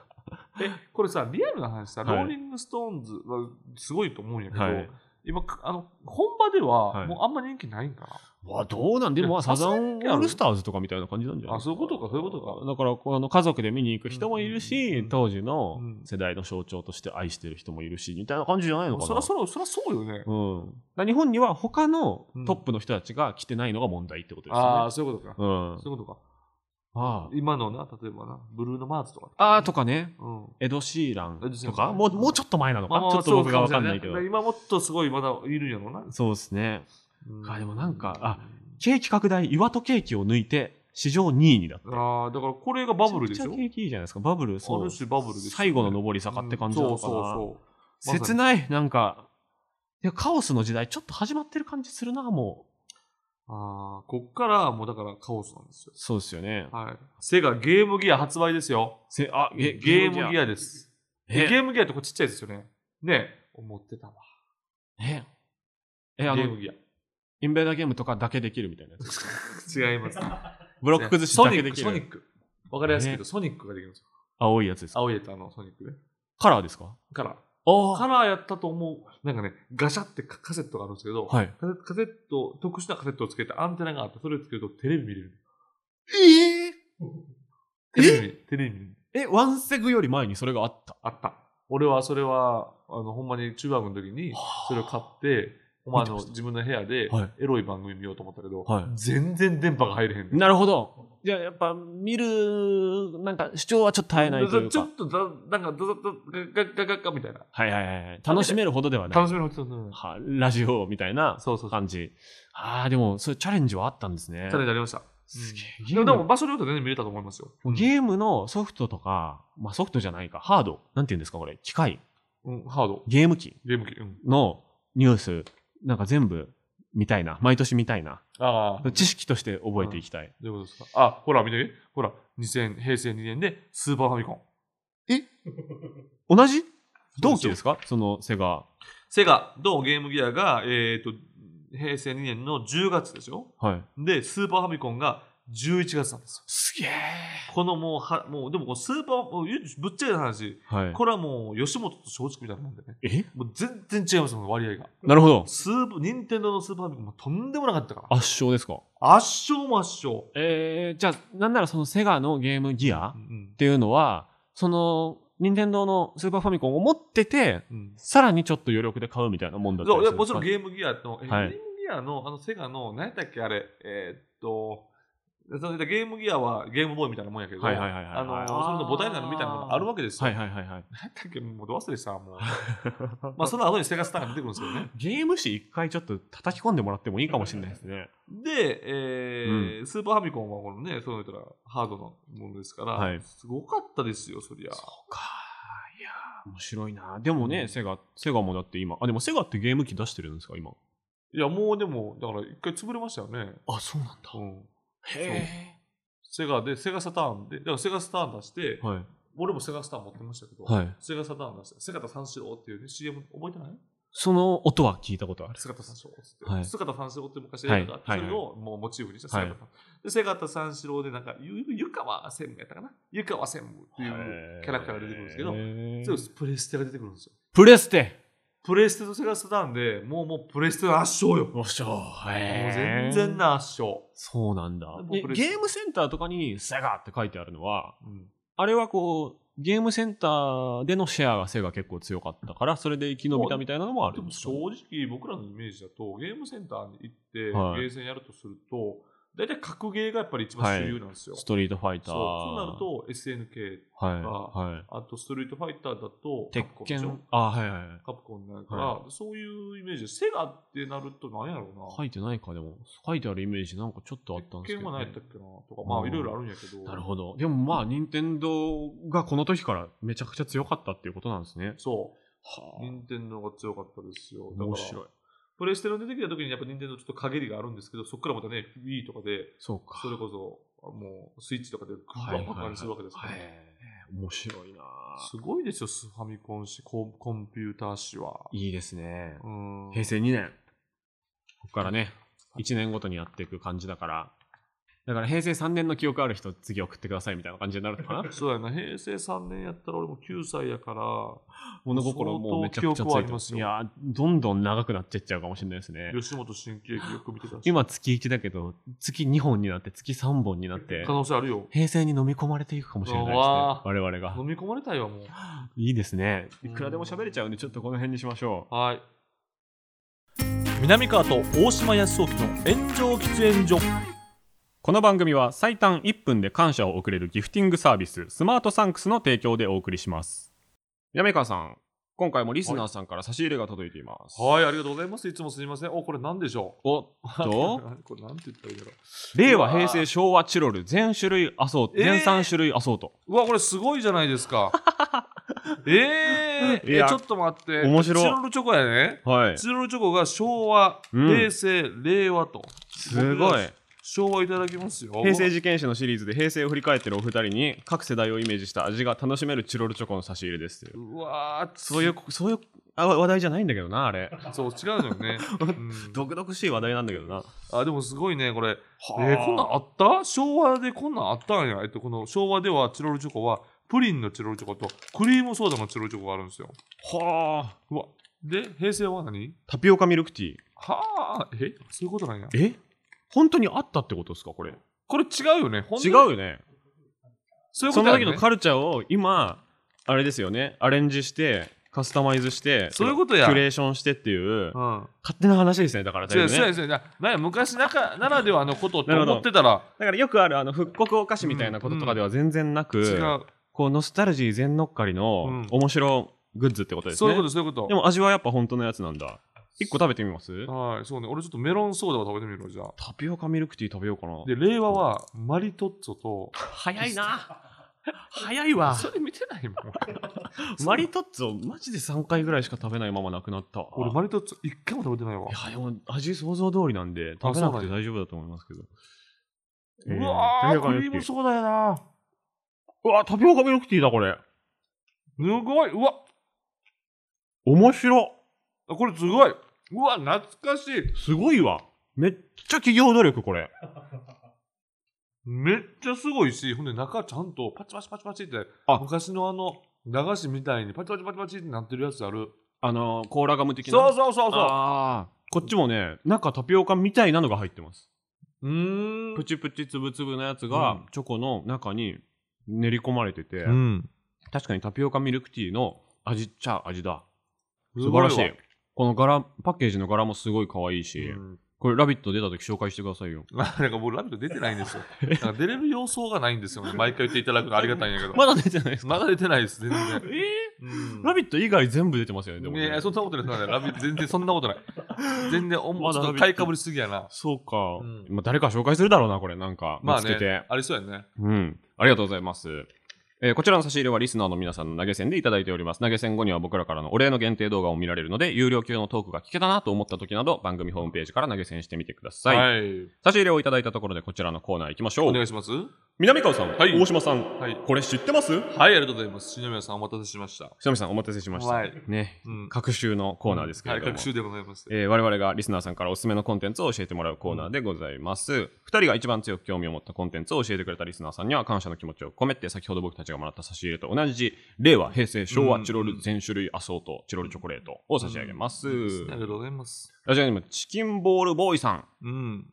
Speaker 3: え、これさ、リアルな話さ、
Speaker 2: はい
Speaker 3: ローリング・ストーンズはすごいと思うんやけど、
Speaker 2: はい
Speaker 3: 今、かあの、本場では
Speaker 2: はい
Speaker 3: もうあんま人気ないんかな。
Speaker 2: わどうなんでもまあ
Speaker 3: い
Speaker 2: <laughs>
Speaker 3: や
Speaker 2: サザンオールスターズとかみたいな感じなんじゃない
Speaker 3: あそういうことかそういうことか
Speaker 2: だからこうあの家族で見に行く人もいるし、
Speaker 3: うんうんうん
Speaker 2: 当時の
Speaker 3: うん
Speaker 2: 世代の象徴として愛してる人もいるしみたいな感じじゃないのかな
Speaker 3: そりゃそらそらそうよね。
Speaker 2: うん、だから日本には他のトップの人たちが来てないのが問題ってことです
Speaker 3: あ
Speaker 2: よ
Speaker 3: あ、
Speaker 2: ね。
Speaker 3: そういうことか。
Speaker 2: うん
Speaker 3: そういうことか。
Speaker 2: あ
Speaker 3: 今のな、例えばな、ブルーノ・マーズとか。
Speaker 2: ああーとかね
Speaker 3: うん。
Speaker 2: エド・シーラ
Speaker 3: エド
Speaker 2: ン
Speaker 3: シー
Speaker 2: と
Speaker 3: ラン
Speaker 2: かもうもうちょっと前なのか、ちょっと僕が分かんないけど
Speaker 3: そうかもしれ今もっとすごいまだいるんやろうな。
Speaker 2: そうですね
Speaker 3: うん
Speaker 2: あでもなんかあ、ケーキ拡大岩戸ケーキを抜いて史上2位にだって
Speaker 3: ああ、だからこれがバブルでし
Speaker 2: め
Speaker 3: ょ
Speaker 2: ちゃくちゃ景気いいじゃないですかバブルそ
Speaker 3: あ
Speaker 2: う
Speaker 3: る種バブルです、
Speaker 2: 最後の上り坂って感じなのかな、
Speaker 3: うんそうそうそう。
Speaker 2: 切
Speaker 3: い。
Speaker 2: ないなんかいやカオスの時代ちょっと始まってる感じするなもう
Speaker 3: ああ、こっからもうだからカオスなんですよ。
Speaker 2: そうですよね
Speaker 3: はい。セガゲームギア発売ですよ。
Speaker 2: せあ
Speaker 3: ゲ
Speaker 2: え
Speaker 3: ームギ
Speaker 2: ア
Speaker 3: アです。
Speaker 2: え
Speaker 3: ゲームギアってこれちっちゃいですよね。ね思ってたわ。
Speaker 2: ええ
Speaker 3: ゲ
Speaker 2: あ
Speaker 3: ー
Speaker 2: の
Speaker 3: ムギア。
Speaker 2: インベーダーゲームとかだけできるみたいなやつ
Speaker 3: 違います。
Speaker 2: ブロック崩しだけでき
Speaker 3: ソニッ
Speaker 2: る
Speaker 3: ク、ソニック。わかりやすいけど、
Speaker 2: ね
Speaker 3: ソニックができるんですよ。
Speaker 2: 青いやつですか
Speaker 3: 青いやつ、あの、ソニックね。
Speaker 2: カラーですか
Speaker 3: カラー。
Speaker 2: あ
Speaker 3: カラーやったと思う。なんかね、ガシャってカカセットがあるんですけど、
Speaker 2: はい
Speaker 3: カセカセット、特殊なカセットをつけてアンテナがあって、それをつけるとテレビ見れる。
Speaker 2: ええ
Speaker 3: テレビ見れる、テレビ見れる。
Speaker 2: えワンセグより前にそれがあった
Speaker 3: あった。俺はそれは、あの、ほんまに中学の時に、それを買って、お前の
Speaker 2: 見てました
Speaker 3: 自分の部屋で
Speaker 2: はい、
Speaker 3: エロい番組見ようと思ったけど、
Speaker 2: はい
Speaker 3: 全然電波が入れへんねん。
Speaker 2: なるほどじゃあやっぱ見るなんか主張はちょっと耐えないという
Speaker 3: ちょ
Speaker 2: か
Speaker 3: っとざ、なんか、ざざざ、ガッガッガッガッガッみたいな。
Speaker 2: はいはいはいはい楽しめるほどではない
Speaker 3: 楽しみの人の。
Speaker 2: はラジオみたいな
Speaker 3: そうそうそう。
Speaker 2: 感じああでもそういうチャレンジはあったんですね
Speaker 3: チャレンジありました。
Speaker 2: すげえ
Speaker 3: うん
Speaker 2: ゲー
Speaker 3: で
Speaker 2: ム
Speaker 3: も、でも場所によっては全然見れたと思いますよ。
Speaker 2: ゲームのソフトとか、まあ、ソフトじゃないか、ハード、なんて言うんですか、これ、機械、
Speaker 3: うん、ハード。
Speaker 2: ゲーム機
Speaker 3: ゲーム機。うん。
Speaker 2: のニュース、なんか全部見たいな、毎年見たいな、
Speaker 3: ああ。
Speaker 2: 知識として覚えていきたい。
Speaker 3: どういうことですかあ、ほら、見て、ほら、2000、平成2年でスーパーファミコン。
Speaker 2: 同じ同期ですか、そのセガ。
Speaker 3: セガ、同ゲームギアが、えっ、と、平成2年の10月ですよ。
Speaker 2: はい、
Speaker 3: で、スーパーファミコンが11月なんです
Speaker 2: すげえ、
Speaker 3: よ。このもう、はもう、でもこう、スーパー、もうゆぶっちゃけた話、
Speaker 2: はい、
Speaker 3: これはもう、吉本と松竹みたいなもんでね。
Speaker 2: え
Speaker 3: もう全然違いますもん、割合が。
Speaker 2: なるほど、
Speaker 3: スーパー、任天堂のスーパーファミコンもとんでもなかったから。
Speaker 2: 圧勝ですか。
Speaker 3: 圧勝も圧勝。
Speaker 2: えー、じゃあ、なんならそのセガのゲームギアっ
Speaker 3: うん
Speaker 2: ていうのは、その、任天堂のスーパーファミコンを持ってて、
Speaker 3: うん。うん
Speaker 2: さらにちょっと余力で買うみたいなもんだったり
Speaker 3: そうい
Speaker 2: す
Speaker 3: や
Speaker 2: る
Speaker 3: もちろん
Speaker 2: ー
Speaker 3: ゲームギアの、え
Speaker 2: はい
Speaker 3: ゲームギアのあのセガの何やったっけあれえーっとそのゲームギアはゲームボーイみたいなもんやけど、
Speaker 2: はいはいはいはい
Speaker 3: あの
Speaker 2: あー
Speaker 3: それのボタンになるみたいなのがあるわけですよ。
Speaker 2: はいはいはいはい。
Speaker 3: 何やったっけもうど忘れした
Speaker 2: <laughs>
Speaker 3: もう。まあその後にセガスターが出てくるんですけどね。
Speaker 2: ゲーム誌一回ちょっと叩き込んでもらってもいいかもしれないですね。
Speaker 3: で、えースーパーファミコンはこのね、そういうの言ったらハードのものですから、
Speaker 2: はい
Speaker 3: すごかったですよ、そりゃ。
Speaker 2: そうか。いやー、面白いな。でもね、セガ、セガもだって今、あ、でもセガってゲーム機出してるんですか、今。
Speaker 3: いや、もうでも、だから一回潰れましたよね。
Speaker 2: あ、そうなんだ
Speaker 3: うん
Speaker 2: へ
Speaker 3: セガで、セガサターンで、だからセガサターン出して、
Speaker 2: え。はい。
Speaker 3: 俺もセガサターン持ってましたけど、
Speaker 2: はい
Speaker 3: セガサターン出した。セガタ三四郎っていうね、CM 覚えてない
Speaker 2: その音は聞いたことある。
Speaker 3: 姿三四郎っつって、
Speaker 2: はい
Speaker 3: 姿三四郎って昔映画があって、
Speaker 2: はい
Speaker 3: それをもうモチーフにした
Speaker 2: は
Speaker 3: 姿,、
Speaker 2: い
Speaker 3: で姿三四郎でなんかゆ湯川専務やったかな湯川専務っていうキャラクターが出てくるんですけど、そ
Speaker 2: ど
Speaker 3: うですプレステが出てくるんですよ
Speaker 2: プレステ
Speaker 3: プレステとセガサターンでもうもうプレステの圧勝よもう
Speaker 2: おっしゃ
Speaker 3: 全然な圧勝、
Speaker 2: そうなんだ
Speaker 3: も
Speaker 2: え
Speaker 3: うプレステ
Speaker 2: ゲームセンターとかにセガって書いてあるのは
Speaker 3: うん
Speaker 2: あれはこうゲームセンターでのシェアがセガ結構強かったからそれで生き延びたみたいなのもあ
Speaker 3: で
Speaker 2: るん
Speaker 3: も
Speaker 2: ですか
Speaker 3: 正直僕らのイメージだとゲームセンターに行って、
Speaker 2: はい
Speaker 3: ゲーセンやるとすると大体格ゲーがやっぱり一番主流なんですよ、
Speaker 2: ストリートファイタ
Speaker 3: そ
Speaker 2: ー
Speaker 3: うそうなると SNK
Speaker 2: はい
Speaker 3: が
Speaker 2: はい
Speaker 3: あとストリートファイターだと
Speaker 2: 鉄
Speaker 3: カプコンでしょ
Speaker 2: 拳あはいはいはい
Speaker 3: カプコンになるから、
Speaker 2: は
Speaker 3: そういうイメージでセガってなると何やろうな、
Speaker 2: 書いてないかでも書いてあるイメージなんかちょっとあったんです
Speaker 3: 鉄
Speaker 2: け
Speaker 3: 拳は
Speaker 2: どね、
Speaker 3: 何やったっけなとかま
Speaker 2: う
Speaker 3: あ
Speaker 2: ん
Speaker 3: いろいろあるんやけど
Speaker 2: なるほどでもまあ任天堂がこの時からめちゃくちゃ強かったっていうことなんですね
Speaker 3: そ
Speaker 2: は
Speaker 3: う任天堂が強かったですよだから
Speaker 2: 面白い
Speaker 3: プレステの出てきた時にやっぱ任天堂ちょっと陰りがあるんですけどそこからまたね Wii とかで
Speaker 2: そうか
Speaker 3: それこそもうスイッチとかでグ
Speaker 2: はいはい
Speaker 3: ッ
Speaker 2: は
Speaker 3: バ
Speaker 2: い
Speaker 3: カにするわけですから、
Speaker 2: へえ面白いなあ
Speaker 3: すごいですよスファミコン誌コンコンピューター誌はい
Speaker 2: いですね
Speaker 3: うん
Speaker 2: 平成2年ここからね1年ごとにやっていく感じだからだから平成3年の記憶ある人次送ってくださいみたいな感じになるのかな <laughs>
Speaker 3: そうやな平成3年やったら俺も9歳やから
Speaker 2: 物心もうめちゃくちゃ
Speaker 3: 相当記憶は
Speaker 2: つ
Speaker 3: あ
Speaker 2: い
Speaker 3: り
Speaker 2: て
Speaker 3: ますよ
Speaker 2: いやーどんどん長くなってっちゃうかもしれないですね
Speaker 3: 吉本新喜劇よく見てたし
Speaker 2: 今月1だけど月2本になって月3本になって
Speaker 3: 可能性あるよ
Speaker 2: 平成に飲み込まれていくかもしれないですね
Speaker 3: うわ
Speaker 2: 我々が
Speaker 3: 飲み込まれたいわも
Speaker 2: いいですね
Speaker 3: う
Speaker 2: い
Speaker 3: ん
Speaker 2: くらでも喋れちゃうんでちょっとこの辺にしましょう
Speaker 3: うはい
Speaker 4: 南川と大島康雄の炎上喫煙所
Speaker 2: この番組は最短1分で感謝を送れるギフティングサービススマートサンクスの提供でお送りします山川さん今回もリスナーさんから差し入れが届いています、
Speaker 3: はいありがとうございますいつもすみませんおこれなんでしょ
Speaker 2: おっ
Speaker 3: う
Speaker 2: と <laughs>
Speaker 3: これなんて言ったらいいんだろ
Speaker 2: 令和平成昭和チロル全種類アソート、
Speaker 3: えー
Speaker 2: 全3種類アソート
Speaker 3: ううわこれすごいじゃないです
Speaker 2: <laughs>
Speaker 3: かえー、
Speaker 2: い
Speaker 3: え
Speaker 2: や
Speaker 3: ちょっと待って
Speaker 2: 面白い
Speaker 3: チロルチョコやね
Speaker 2: はい
Speaker 3: チロルチョコが昭和、
Speaker 2: うん
Speaker 3: 平成令和と
Speaker 2: すごい
Speaker 3: 昭和いただきますよ
Speaker 2: 平成受験士のシリーズで平成を振り返ってるお二人に各世代をイメージした味が楽しめるチロルチョコの差し入れです
Speaker 3: うわー
Speaker 2: そういうそういうあ話題じゃないんだけどなあれ
Speaker 3: そう違うのよ
Speaker 2: <laughs>
Speaker 3: ね、うん
Speaker 2: 毒々しい話題なんだけどな
Speaker 3: あでもすごいねこれ
Speaker 2: あ
Speaker 3: えーこんなんあった昭和でこんなんあったんや。えっと、この昭和ではチロルチョコはプリンのチロルチョコとクリームソーダのチロルチョコがあるんですよ。
Speaker 2: はあ
Speaker 3: うわ。で、平成は何
Speaker 2: タピオカミルクティー
Speaker 3: はあ、えそういうことなんや。
Speaker 2: え本当にあったってことですかこれ
Speaker 3: これ違うよね。ほん
Speaker 2: 違う
Speaker 3: う。
Speaker 2: よね
Speaker 3: そうい
Speaker 2: そ
Speaker 3: うこと
Speaker 2: の
Speaker 3: だ
Speaker 2: 時
Speaker 3: よ
Speaker 2: の
Speaker 3: ね。
Speaker 2: カルチャーを今あれですよねアレンジしてカスタマイズして
Speaker 3: そういうことや
Speaker 2: キュレーションしてっていう
Speaker 3: うん。
Speaker 2: 勝手な話ですねだからだい
Speaker 3: 違う、
Speaker 2: ぶね
Speaker 3: そうや、そうや。なんや、昔なかならではのことって
Speaker 2: なるほど
Speaker 3: 思ってたら
Speaker 2: だからよくあるあの復刻お菓子みたいなこととかでは全然なく、
Speaker 3: 違う。
Speaker 2: こうノスタルジー全乗っかり
Speaker 3: う
Speaker 2: の
Speaker 3: ん
Speaker 2: 面白グッズってことです
Speaker 3: そう
Speaker 2: ね、
Speaker 3: いうこと、そういうこ
Speaker 2: でも味はやっぱ本当のやつなんだ1個食べてみます
Speaker 3: と。はい、そうね。俺ちょっとメロンソーダを食べてみるわ、じゃあ。
Speaker 2: タピオカミルクティー食べようかな
Speaker 3: で、令和はマリトッツォと、
Speaker 2: 早いな <laughs> 早いわ
Speaker 3: それ見てない
Speaker 2: <laughs>
Speaker 3: もん。 <laughs>
Speaker 2: マリトッツォマジで3回ぐらいしか食べないままなくなったわ
Speaker 3: 俺マリトッツォ一回も食べてない
Speaker 2: い。
Speaker 3: わ
Speaker 2: やでも味想像通りなんで食べなくて大丈夫だと思いますけどえ
Speaker 3: うわ
Speaker 2: タピ
Speaker 3: ー、
Speaker 2: オカミ
Speaker 3: ク
Speaker 2: ル
Speaker 3: リ
Speaker 2: クテ
Speaker 3: ー
Speaker 2: ィ
Speaker 3: ム
Speaker 2: ー
Speaker 3: ソーダやな。
Speaker 2: うわタピオカミルクティーだこれ
Speaker 3: すごい、うわ、
Speaker 2: 面白
Speaker 3: あこれすごい。うわ、懐かしい。
Speaker 2: すごいわめっちゃ企業努力これ
Speaker 3: めっちゃすごいし、ほんで中ちゃんとパチパチパチパチって、
Speaker 2: あ
Speaker 3: 昔のあの、駄菓子みたいにパチパチパチパチってなってるやつある。
Speaker 2: あのーコーラガム的な
Speaker 3: そうそうそうそ
Speaker 2: あーこっちもね中タピオカみたいなのが入ってます
Speaker 3: う。うーん
Speaker 2: プ。チプチつぶつぶのやつ
Speaker 3: う
Speaker 2: が
Speaker 3: ん
Speaker 2: チョコの中に練り込まれてて、
Speaker 3: うん。
Speaker 2: 確かにタピオカミルクティーの味っちゃ味だ素晴らしいこの柄パッケージの柄もすごい可愛いし、
Speaker 3: うん
Speaker 2: これ「ラビット!」出た時紹介してくださいよ
Speaker 3: まあなんか僕、ラビット出てないんですよ。なんか出れる様相がないん <laughs> ですよね。毎回言っていただくのありがたいんやけど。
Speaker 2: まだ出てないですか
Speaker 3: まだ出てないです、全
Speaker 2: <laughs> え
Speaker 3: 然。
Speaker 2: ー
Speaker 3: うん
Speaker 2: ラビット!」以外全部出てますよねでも
Speaker 3: い
Speaker 2: ね
Speaker 3: やいやそんなことないそんなことない。ラビット全然そんなことない。全然おも、
Speaker 2: まだ
Speaker 3: ちょっ
Speaker 2: ラビッ
Speaker 3: と
Speaker 2: ト
Speaker 3: 買いかぶりすぎやな。
Speaker 2: そうか、
Speaker 3: うん
Speaker 2: まあ、誰か紹介するだろうなこれなんか
Speaker 3: ま
Speaker 2: 見
Speaker 3: あ
Speaker 2: つけて、
Speaker 3: ね、ありそうやね。
Speaker 2: うん。ありがとうございます。えーこちらの差し入れはリスナーの皆さんの投げ銭でいただいております。投げ銭後には僕らからのお礼の限定動画を見られるので、有料級のトークが聞けたなと思った時など、番組ホームページから投げ銭してみてください。
Speaker 3: はい。
Speaker 2: 差し入れをいただいたところで、こちらのコーナー行きましょ
Speaker 3: お
Speaker 2: う。
Speaker 3: 願いします。
Speaker 2: 南川さん、
Speaker 3: はい
Speaker 2: 大島さん、
Speaker 3: はい。
Speaker 2: これ知ってます
Speaker 3: はい、ありがとうございます。篠宮さん、お待たせしました。
Speaker 2: 久美さん、お待たせしました。
Speaker 3: はい
Speaker 2: ね、
Speaker 3: うん
Speaker 2: 各週のコーナーですけれども、
Speaker 3: はい、学習でございます。
Speaker 2: えー我々がリスナーさんからおすすめのコンテンツを教えてもらうコーナーでございます。2人が一番強く興味を持ったコンテンツを教えてくれたリスナーさんには感謝の気持ちを込めて、先ほど僕たちがもらった差し入れと同じ、令和、平成、昭
Speaker 3: う
Speaker 2: 和、
Speaker 3: ん
Speaker 2: チロル全種類アソート、チロルチョコレートを差し上げます。
Speaker 3: ありがとうございます。
Speaker 2: ラジオネーム、チキンボールボーイさん。
Speaker 3: うん。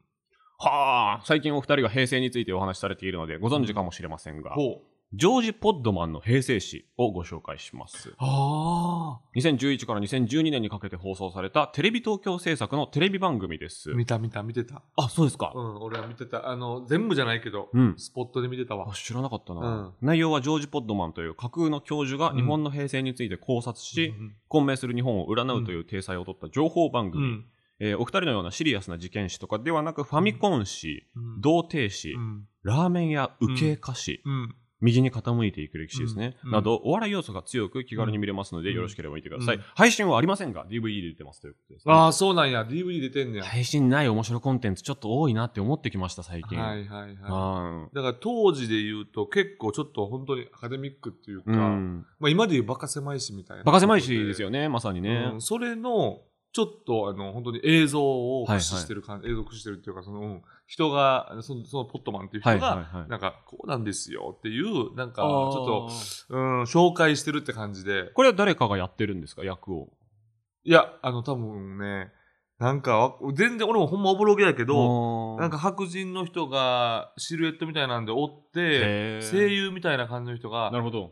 Speaker 2: はあ、最近お二人が平成についてお話しされているので、ご存知かもしれませんが、
Speaker 3: ほう。
Speaker 2: ジョージ・ポッドマンの平成史をご紹介します。
Speaker 3: あ
Speaker 2: 2011から2012年にかけて放送されたテレビ東京制作のテレビ番組です
Speaker 3: あ。。見た見た見てた。
Speaker 2: あ、そうですか
Speaker 3: う。ん、俺は見てた。あの、全部じゃないけど、
Speaker 2: うん。
Speaker 3: スポットで見てたわ
Speaker 2: あ。知らなかったな、内容はジョージ・ポッドマンという架空の教授が日本の平成について考察し、
Speaker 3: うん
Speaker 2: 混迷する日本を占うという体裁を取った情報番
Speaker 3: う
Speaker 2: 組、
Speaker 3: ん。
Speaker 2: えーお二人のようなシリアスな事件史とかではなくファミコン史、
Speaker 3: うん
Speaker 2: 童貞史、
Speaker 3: うん。
Speaker 2: ラーメン屋右傾家史、
Speaker 3: うん。
Speaker 2: 右に傾いていく歴史ですね、
Speaker 3: うん
Speaker 2: などお笑い要素が強く気軽に見れますので、
Speaker 3: うん
Speaker 2: よろしければ見てください、
Speaker 3: うん
Speaker 2: 配信はありませんが DVD で出てますということです、ね、
Speaker 3: ああ、そうなんや。DVD 出てんねや。
Speaker 2: 配信ない面白コンテンツちょっと多いなって思ってきました最近、
Speaker 3: はいはいは
Speaker 2: あ
Speaker 3: い。だから当時で言うと結構ちょっと本当にアカデミックっていうか、
Speaker 2: ーうん、
Speaker 3: まあ今で言うバカ狭いしみたいな。
Speaker 2: バカ狭いしですよねまさにね、
Speaker 3: うん、それのちょっとあの本当に映像を駆使してる感じ、映像を駆使してるっていうかその、うん人がそのそのポットマンっていう人が、
Speaker 2: いはい
Speaker 3: なんかこうなんですよっていうなんかちょっと、うん、紹介してるって感じで
Speaker 2: これは誰かがやってるんですか役を
Speaker 3: いやあの多分ねなんかわ全然俺もほんまおぼろげやけど
Speaker 2: ど
Speaker 3: なんか白人の人がシルエットみたいなんでおって
Speaker 2: へー
Speaker 3: 声優みたいな感じの人が
Speaker 2: なるほど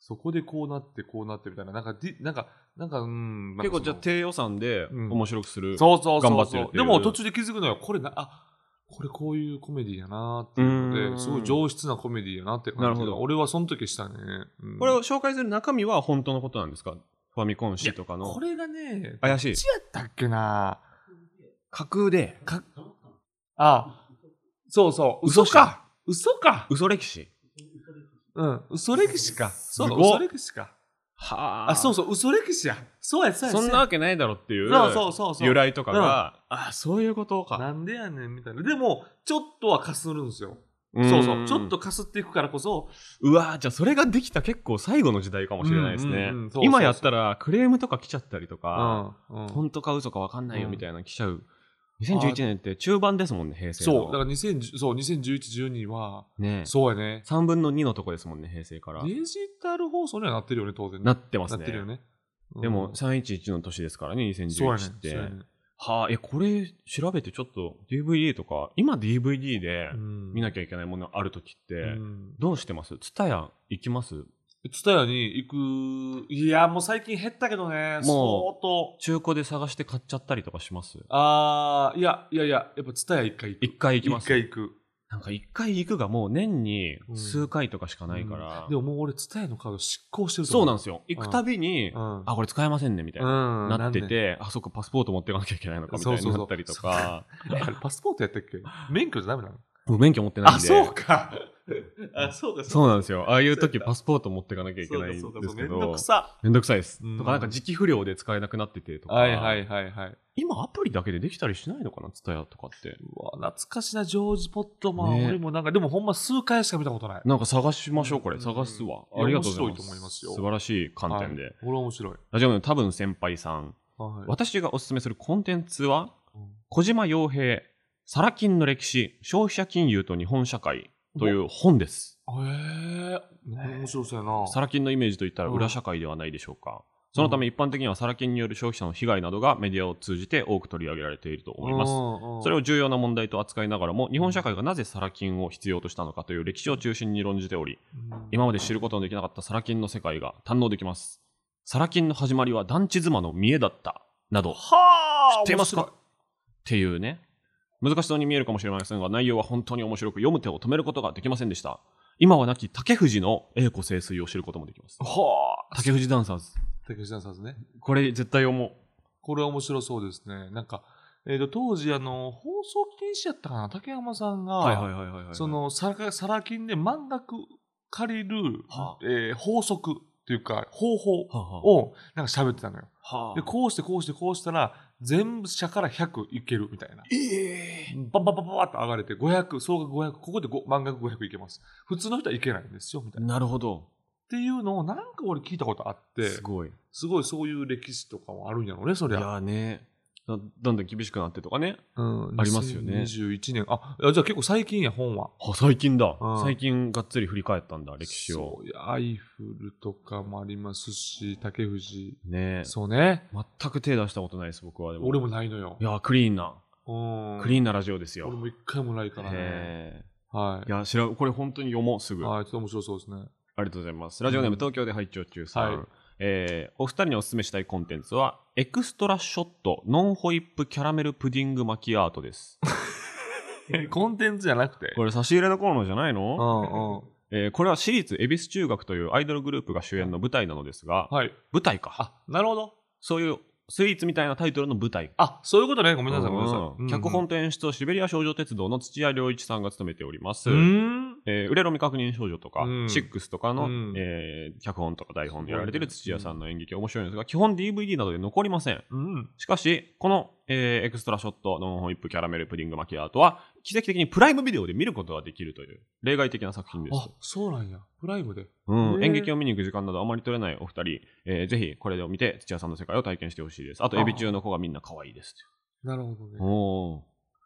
Speaker 3: そこでこうなってこうなってみたいななんかディなんかなんかうんなんか
Speaker 2: 結構じゃあ
Speaker 3: その
Speaker 2: 低予算で
Speaker 3: うん
Speaker 2: 面白くする、
Speaker 3: そうそうそうそう
Speaker 2: 頑張ってるっていう
Speaker 3: でも途中で気づくのよこれなあこれこういうコメディやなっていう
Speaker 2: うー
Speaker 3: の
Speaker 2: ん
Speaker 3: で、すごい上質なコメディやなって感じ
Speaker 2: なるほど
Speaker 3: 俺はその時したね。うん
Speaker 2: これを紹介する中身は本当のことなんですかファミコン誌とかの
Speaker 3: これがね、どっ
Speaker 2: 怪しい
Speaker 3: ちやったっけな
Speaker 2: 架空で
Speaker 3: あ、そうそう、嘘か。嘘か。
Speaker 2: 嘘歴史
Speaker 3: うん、嘘歴史か。そうだ、
Speaker 2: すごっ
Speaker 3: 嘘歴史か。
Speaker 2: は
Speaker 3: あ、そう
Speaker 2: そ
Speaker 3: そう、嘘歴史や。そうや、そうや。
Speaker 2: そんなわけないだろっていう
Speaker 3: そうやそうそうそう。
Speaker 2: 由来とかが、あそういうことか
Speaker 3: なんでやねんみたいな。でも、ちょっとはかするんですよ。そうそう。ちょっとかすっていくからこそ、
Speaker 2: うわーじゃあそれができた結構最後の時代かもしれないですね、
Speaker 3: うんうんうんそうそうそう
Speaker 2: 今やったらクレームとか来ちゃったりと
Speaker 3: う
Speaker 2: か、
Speaker 3: ん。うん
Speaker 2: 本当か嘘か分かんないよみたいなの来ちゃう
Speaker 3: あ
Speaker 2: 2011
Speaker 3: ー
Speaker 2: 年って中盤ですもんね平成の
Speaker 3: そう、だから2010そう2011、12は、
Speaker 2: ね
Speaker 3: そうやね。
Speaker 2: 3分の2のとこですもんね平成から
Speaker 3: デジタル放送にはなってるよね、当然ね。
Speaker 2: なってます
Speaker 3: な
Speaker 2: ね
Speaker 3: ってるよね。うん
Speaker 2: でも、311の年ですからね
Speaker 3: そうやね。
Speaker 2: 2011
Speaker 3: そ
Speaker 2: っ
Speaker 3: う
Speaker 2: て、
Speaker 3: やね
Speaker 2: はあえこれ調べてちょっと DVD とか今 DVD で見な
Speaker 3: き
Speaker 2: きゃいけないものある時って、
Speaker 3: ゃ
Speaker 2: どうしてますツタヤ行きます
Speaker 3: ツタヤに行く、いや、もう最近減ったけどね、
Speaker 2: も
Speaker 3: 相当。
Speaker 2: 中古で探して買っちゃったりとかします
Speaker 3: あー、いや、いやいや、やっぱツタヤ一回行く。
Speaker 2: 一回行きます
Speaker 3: 一回行く。
Speaker 2: なんか一回行くがもう年に数回とかしかないから、
Speaker 3: でももう俺、ツタヤのカード失効してる
Speaker 2: そうなん
Speaker 3: ん
Speaker 2: ですよ行くたびに、
Speaker 3: うん。
Speaker 2: あこれ使えませんねみたいな、
Speaker 3: うん
Speaker 2: なって。
Speaker 3: んね
Speaker 2: て、あそっかパスポート持っていかなきゃいけないのかみたいに
Speaker 3: そうそうそう
Speaker 2: なったりとか
Speaker 3: あれパスポートやったっけ免許じゃダメなの
Speaker 2: 僕免許持ってないんで
Speaker 3: か。あ、そうか、
Speaker 2: そうなん
Speaker 3: で
Speaker 2: ですよああいう時
Speaker 3: そうやった
Speaker 2: パスポート持っていかなきゃいけ
Speaker 3: そう
Speaker 2: な
Speaker 3: か
Speaker 2: いん
Speaker 3: そうか
Speaker 2: で
Speaker 3: そ
Speaker 2: す
Speaker 3: う
Speaker 2: け
Speaker 3: めん
Speaker 2: ど
Speaker 3: どくさ。
Speaker 2: めんどくさいです、
Speaker 3: うん
Speaker 2: とかなんか時期不良で使えなくなっててとか、
Speaker 3: はいはいはいはい。
Speaker 2: 今アプリだけでできたりしないのかなツタヤとかって
Speaker 3: うわ懐かしなジョージ・ポットマン、
Speaker 2: ね
Speaker 3: 俺もなんかでもほんま数回しか見たことない
Speaker 2: なんか探しましょうこれ探すわ、
Speaker 3: うん
Speaker 2: ありがとうございます
Speaker 3: 面白いと思いますよ
Speaker 2: 素晴らしい観点で、
Speaker 3: はい俺は面白い、
Speaker 2: ラジオネーム多分先輩さん
Speaker 3: はい
Speaker 2: 私がおすすめするコンテンツは
Speaker 3: うん
Speaker 2: 小島洋平「サラ金の歴史消費者金融と日本社会」という本です
Speaker 3: えー、面白そうやな
Speaker 2: サラ金のイメージといったら裏社会ではないでしょうかそのため一般的にはサラ金による消費者の被害などがメディアを通じて多く取り上げられていると思います
Speaker 3: す
Speaker 2: それ
Speaker 3: を
Speaker 2: を重要な問題と扱いながらも日本社会がなぜサラ金を必要としたのかという歴史を中心に論じており今まで知ることのできなかったサラ金の世界が堪能できますサラ金の始まりは団地妻の見栄だったなど
Speaker 3: はあ
Speaker 2: 知ってますかっていうね難しそうに見えるかもしれませんが内容は本当に面白く読む手を止めることができませんでした今は亡き竹藤の栄子清水を知ることもできます
Speaker 3: はあ
Speaker 2: 竹藤ダンサーズ
Speaker 3: 竹内さんね
Speaker 2: これ絶対読も
Speaker 3: これは面白そうですねなんか、えー、と当時あの放送禁止やったかな竹山さんが、
Speaker 2: うはいはいはいはいはい
Speaker 3: そのサラサラ金で満額借りる、
Speaker 2: はあ
Speaker 3: えー法則っていうか方法
Speaker 2: はあはあ
Speaker 3: をなんか喋ってたのよ
Speaker 2: はあ
Speaker 3: でこうしてこうしてこうしたら全部社から100いけるみたいな。
Speaker 2: ええ
Speaker 3: バンバンバンバンって上がれて500、総額500、ここでご満額500いけます。普通の人はいけないんですよ、みたいな。っ
Speaker 2: なるほど。
Speaker 3: ていうのをなんか俺聞いたことあって、
Speaker 2: すごい。い
Speaker 3: すごいそういう歴史とかもあるんやろうね、そり
Speaker 2: や
Speaker 3: ゃ。
Speaker 2: ーね。だだんだん厳しくなってとかね。
Speaker 3: うん
Speaker 2: ありますよね
Speaker 3: 21年。あ、いやじゃあ結構最近や、本は。
Speaker 2: あ最近だ、
Speaker 3: うん
Speaker 2: 最近がっつり振り返ったんだ、歴史を。
Speaker 3: そういやアイフルとかもありますし、竹藤。
Speaker 2: ね
Speaker 3: そうね。
Speaker 2: 全く手出したことないです、僕は。で
Speaker 3: 俺もないのよ
Speaker 2: い。やー、クリーンな、
Speaker 3: うん
Speaker 2: クリーンなラジオですよ。
Speaker 3: 俺も一回もないからね。
Speaker 2: へ
Speaker 3: は
Speaker 2: ーいや、知らんこれ本当に読もう、す
Speaker 3: い。
Speaker 2: ぐ。あ
Speaker 3: はい、ちょっと面白そうですね。
Speaker 2: りがとうございます。ラジオネーム、東京で拝聴中さん。
Speaker 3: はい
Speaker 2: えーお二人にお勧めしたいコンテンツは、エクストラショットノンホイップキャラメルプディングマキアートです。
Speaker 3: えコンテンツじゃなくて。
Speaker 2: これ差し入れのコーナーじゃないの
Speaker 3: うんうん。
Speaker 2: えーこれは私立恵比寿中学というアイドルグループが主演の舞台なのですが、
Speaker 3: はい。
Speaker 2: 舞台か
Speaker 3: あ、なるほど。
Speaker 2: そういうスイーツみたいなタイトルの舞台
Speaker 3: あ、そういうことね。ごめんなさい、ごめんなさい。
Speaker 2: うん
Speaker 3: うん
Speaker 2: 脚本。と演出をシベリア少女鉄道の土屋良一さんが務めております、
Speaker 3: うん。
Speaker 2: えー売れろ未確認少女とか、
Speaker 3: うん
Speaker 2: シックスとかの、
Speaker 3: うん
Speaker 2: えー脚本とか台本やられてる
Speaker 3: すごいね
Speaker 2: 土屋さんの演劇は面白いんですが基本 DVD などで残りません
Speaker 3: うん。
Speaker 2: しかしこの、えーエクストラショットノンホイップキャラメルプディングマキアートは奇跡的にプライムビデオで見ることができるという例外的な作品です
Speaker 3: あ、そうなんや。プライムで。
Speaker 2: う
Speaker 3: へ
Speaker 2: ん、
Speaker 3: ー
Speaker 2: 演劇を見に行く時間などあまり取れないお二人、えーぜひこれを見て土屋さんの世界を体験してほしいですあと
Speaker 3: あ
Speaker 2: エビ中の子がみんな可愛いです
Speaker 3: なるほどね。
Speaker 2: おー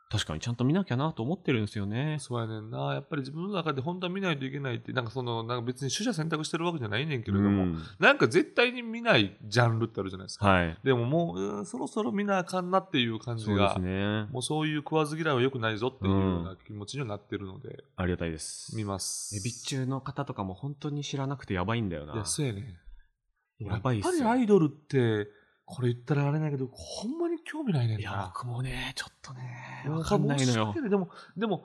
Speaker 2: 確かにちゃんと見なきゃなと思ってるんですよね
Speaker 3: そうやねんな。やっぱり自分の中で本当は見ないといけないって、なんかその、なんか別に取捨選択してるわけじゃないねんけれども、
Speaker 2: うん
Speaker 3: なんか絶対に見ないジャンルってあるじゃないですか。
Speaker 2: はい
Speaker 3: でももう、うんそろそろ見なあかんなっていう感じ
Speaker 2: そうで
Speaker 3: が、
Speaker 2: すね
Speaker 3: もうそういう食わず嫌いは良くないぞっていう
Speaker 2: うん
Speaker 3: ような気持ちにはなってるので、
Speaker 2: ありがたいです
Speaker 3: 見ます。
Speaker 2: エビ中の方とかも本当に知らなくてやばいんだよない
Speaker 3: や、そうやねん。
Speaker 2: やばいっすよ
Speaker 3: やっぱりアイドルって、これ言ったらあれだけど、ほんまに興味ないねんな。
Speaker 2: いや僕もねちょっとね
Speaker 3: わ
Speaker 2: わかんないのよ
Speaker 3: でも、でも、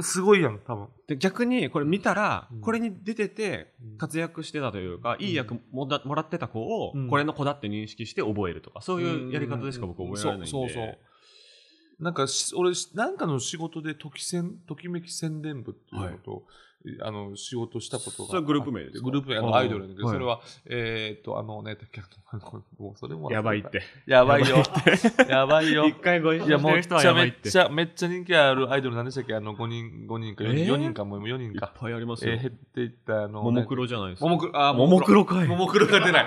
Speaker 3: すごいやん、多分。
Speaker 2: で逆にこれ見たら、
Speaker 3: うん
Speaker 2: これに出てて
Speaker 3: うん
Speaker 2: 活躍してたというか、いい役もだもらってた子を、
Speaker 3: うん
Speaker 2: これの子だって認識して覚えるとかそういうやり方でしか僕
Speaker 3: うん
Speaker 2: 覚えられないんで
Speaker 3: そうそうそうなんかし、俺、しなんかの仕事で、ときせん、ときめき宣伝部っていうのと、あの、仕事したことが。
Speaker 2: それグループ名ですか
Speaker 3: グループ名、あ
Speaker 2: あ
Speaker 3: の、
Speaker 2: ー
Speaker 3: アイドルなんだけど、
Speaker 2: はい
Speaker 3: それは、えーっと、あの、ね、だっけあのあのもうそれも忘れた
Speaker 2: やばいっ。て
Speaker 3: <laughs> や
Speaker 2: <laughs>
Speaker 3: ばいよ。やばいよ。
Speaker 2: 回ご一
Speaker 3: いや、もう、めっちゃ、めっ
Speaker 2: いっ
Speaker 3: ちゃ、めっちゃ人気あるアイドルなんでしたっけあの、5人、五人か4
Speaker 2: え
Speaker 3: 人、
Speaker 2: ー
Speaker 3: 四人か、もう4人か。
Speaker 2: ぱいあります
Speaker 3: え
Speaker 2: よ、
Speaker 3: ー減っていった、あの、
Speaker 2: ももクロじゃないです
Speaker 3: も
Speaker 2: か
Speaker 3: もクロ、あー、
Speaker 2: ももクロかい
Speaker 3: ももクロが出ない。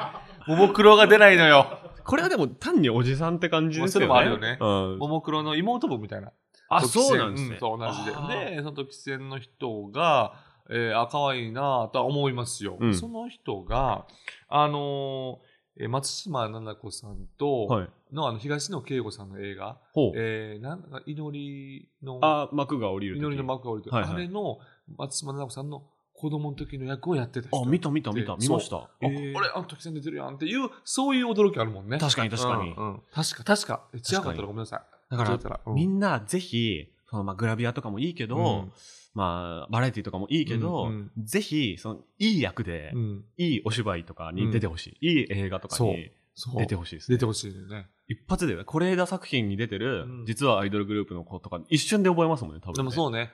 Speaker 3: ももクロが出ないのよ。
Speaker 2: これはでも単におじさんって感じですよね
Speaker 3: まあそれもあるよね
Speaker 2: うん
Speaker 3: ももクロの妹分みたいな。
Speaker 2: あそうなんですね、
Speaker 3: そう同じ
Speaker 2: あー
Speaker 3: で。で、その時戦の人が、えー、あ、可愛いなとは思いますよ。
Speaker 2: うん
Speaker 3: その人が、あのーえー松島菜々子さんと、
Speaker 2: はい
Speaker 3: のあの東野圭吾さんの映画、
Speaker 2: ほう
Speaker 3: えー、なんか祈りの、
Speaker 2: あ幕が降りる時
Speaker 3: 祈りの幕が降りて、
Speaker 2: はいはい
Speaker 3: あれの松島菜々子さんの子供の時の役をやってた人。
Speaker 2: あ見た見た見た見ましたあ、
Speaker 3: あ、あれ、あの時戦出てるやんっていう、そういう驚きあるもんね。
Speaker 2: 確かに確かに、
Speaker 3: うんうん確か、確か。え違うかったらごめんなさい。
Speaker 2: だから
Speaker 3: 間違えたら、う
Speaker 2: みんなぜひそのまあグラビアとかもいいけど、
Speaker 3: うん
Speaker 2: まあ、バラエティとかもいいけど、
Speaker 3: うん
Speaker 2: ぜひそのいい役で、
Speaker 3: うん、
Speaker 2: いいお芝居とかに出てほしい、いい映画とかに
Speaker 3: そう
Speaker 2: 出てほしいです、ね
Speaker 3: 出てほしいよね。
Speaker 2: 一発で是枝作品に出てる、
Speaker 3: うん
Speaker 2: 実はアイドルグループの子とか一瞬で覚えますもんね多分ね
Speaker 3: でもそうね。